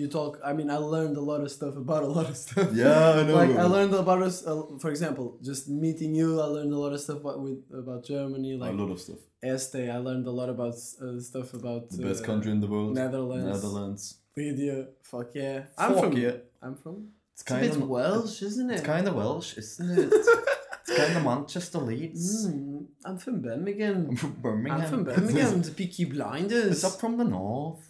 Speaker 3: you talk i mean i learned a lot of stuff about a lot of stuff
Speaker 2: yeah I know.
Speaker 3: like
Speaker 2: bro.
Speaker 3: i learned about us uh, for example just meeting you i learned a lot of stuff about, with about germany like
Speaker 2: a lot of stuff.
Speaker 3: este i learned a lot about uh, stuff about
Speaker 2: The best
Speaker 3: uh,
Speaker 2: country in the world.
Speaker 3: Netherlands.
Speaker 2: Netherlands.
Speaker 3: Lydia, fuck yeah.
Speaker 1: Fuck yeah.
Speaker 3: I'm from.
Speaker 1: It's kind of
Speaker 3: Welsh, isn't
Speaker 1: It's kind of Welsh, isn't it? it's kind of Manchester, Leeds.
Speaker 3: Mm, I'm from Birmingham.
Speaker 1: I'm from Birmingham.
Speaker 3: The Peaky Blinders.
Speaker 1: It's up from the north.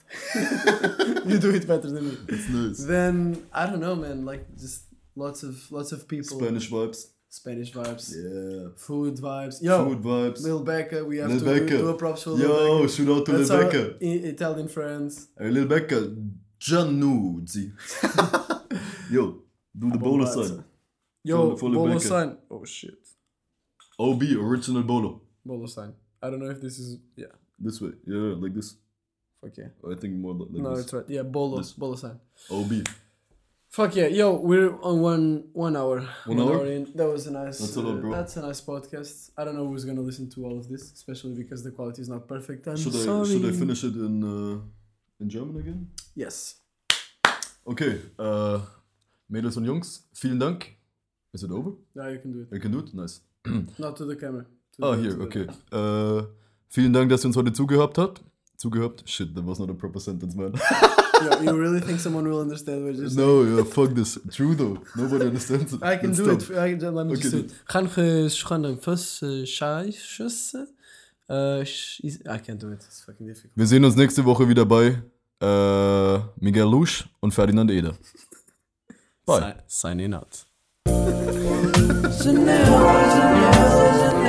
Speaker 3: you do it better than me.
Speaker 2: It's nice.
Speaker 3: Then I don't know, man. Like just lots of lots of people.
Speaker 2: Spanish vibes.
Speaker 3: Spanish vibes.
Speaker 2: Yeah.
Speaker 3: Food vibes. Yo,
Speaker 2: Food vibes.
Speaker 3: Lil Becca. We have
Speaker 2: Lil
Speaker 3: to
Speaker 2: Becca.
Speaker 3: do a props for Lil Becca.
Speaker 2: Yo, shout out to
Speaker 3: That's
Speaker 2: Lil
Speaker 3: our
Speaker 2: Becca.
Speaker 3: I- Italian friends.
Speaker 2: Hey, Lil Becca, Giannuzzi. Yo, do the bolo
Speaker 3: Bombazza.
Speaker 2: sign.
Speaker 3: Yo,
Speaker 2: For- for Lil
Speaker 3: Bolo
Speaker 2: Becca.
Speaker 3: sign. Oh shit,
Speaker 2: OB, original bolo.
Speaker 3: Bolo sign. I don't know if this is yeah.
Speaker 2: This way. Yeah, like this.
Speaker 3: Fuck yeah.
Speaker 2: I think more like
Speaker 3: No,
Speaker 2: this.
Speaker 3: it's right. Yeah, Bolo.
Speaker 2: This.
Speaker 3: Bolo sign.
Speaker 2: OB.
Speaker 3: Fuck yeah, yo, we're on one one hour.
Speaker 2: One hour?
Speaker 3: in. That was a nice.
Speaker 2: That's a lot,
Speaker 3: uh,
Speaker 2: bro.
Speaker 3: That's a nice podcast. I don't know who's gonna listen to all of this, especially because the quality is not perfect. I'm
Speaker 2: Should I,
Speaker 3: sorry.
Speaker 2: should I finish it in uh, in German again?
Speaker 3: Yes.
Speaker 2: Okay, uh, Mädels und Jungs, vielen Dank. Is it over?
Speaker 3: Yeah, you can do
Speaker 2: I can do it? Nice.
Speaker 3: it. Not to the camera. To
Speaker 2: Oh,
Speaker 3: the-
Speaker 2: here,
Speaker 3: to the-
Speaker 2: okay. Uh, Vielen Dank, dass ihr uns heute zugehört habt. Zugehört? Shit, that was not a proper sentence, man.
Speaker 3: Yo, you really think someone will understand what you're saying?
Speaker 2: no, yeah, fuck this. True though. Nobody understands it.
Speaker 3: I can
Speaker 2: Let's
Speaker 3: do it.
Speaker 2: stop.
Speaker 3: I can, let me
Speaker 2: Okay,
Speaker 3: just do it. Gaan geschonden uh, verschijssen. uh, I can't do it. It's fucking difficult.
Speaker 2: Wir sehen uns nächste Woche wieder bei äh, Miguel Lusch und Ferdinand Eder. Bye.
Speaker 3: Sign- Signing out.
Speaker 4: Chanel, Chanel, Chanel.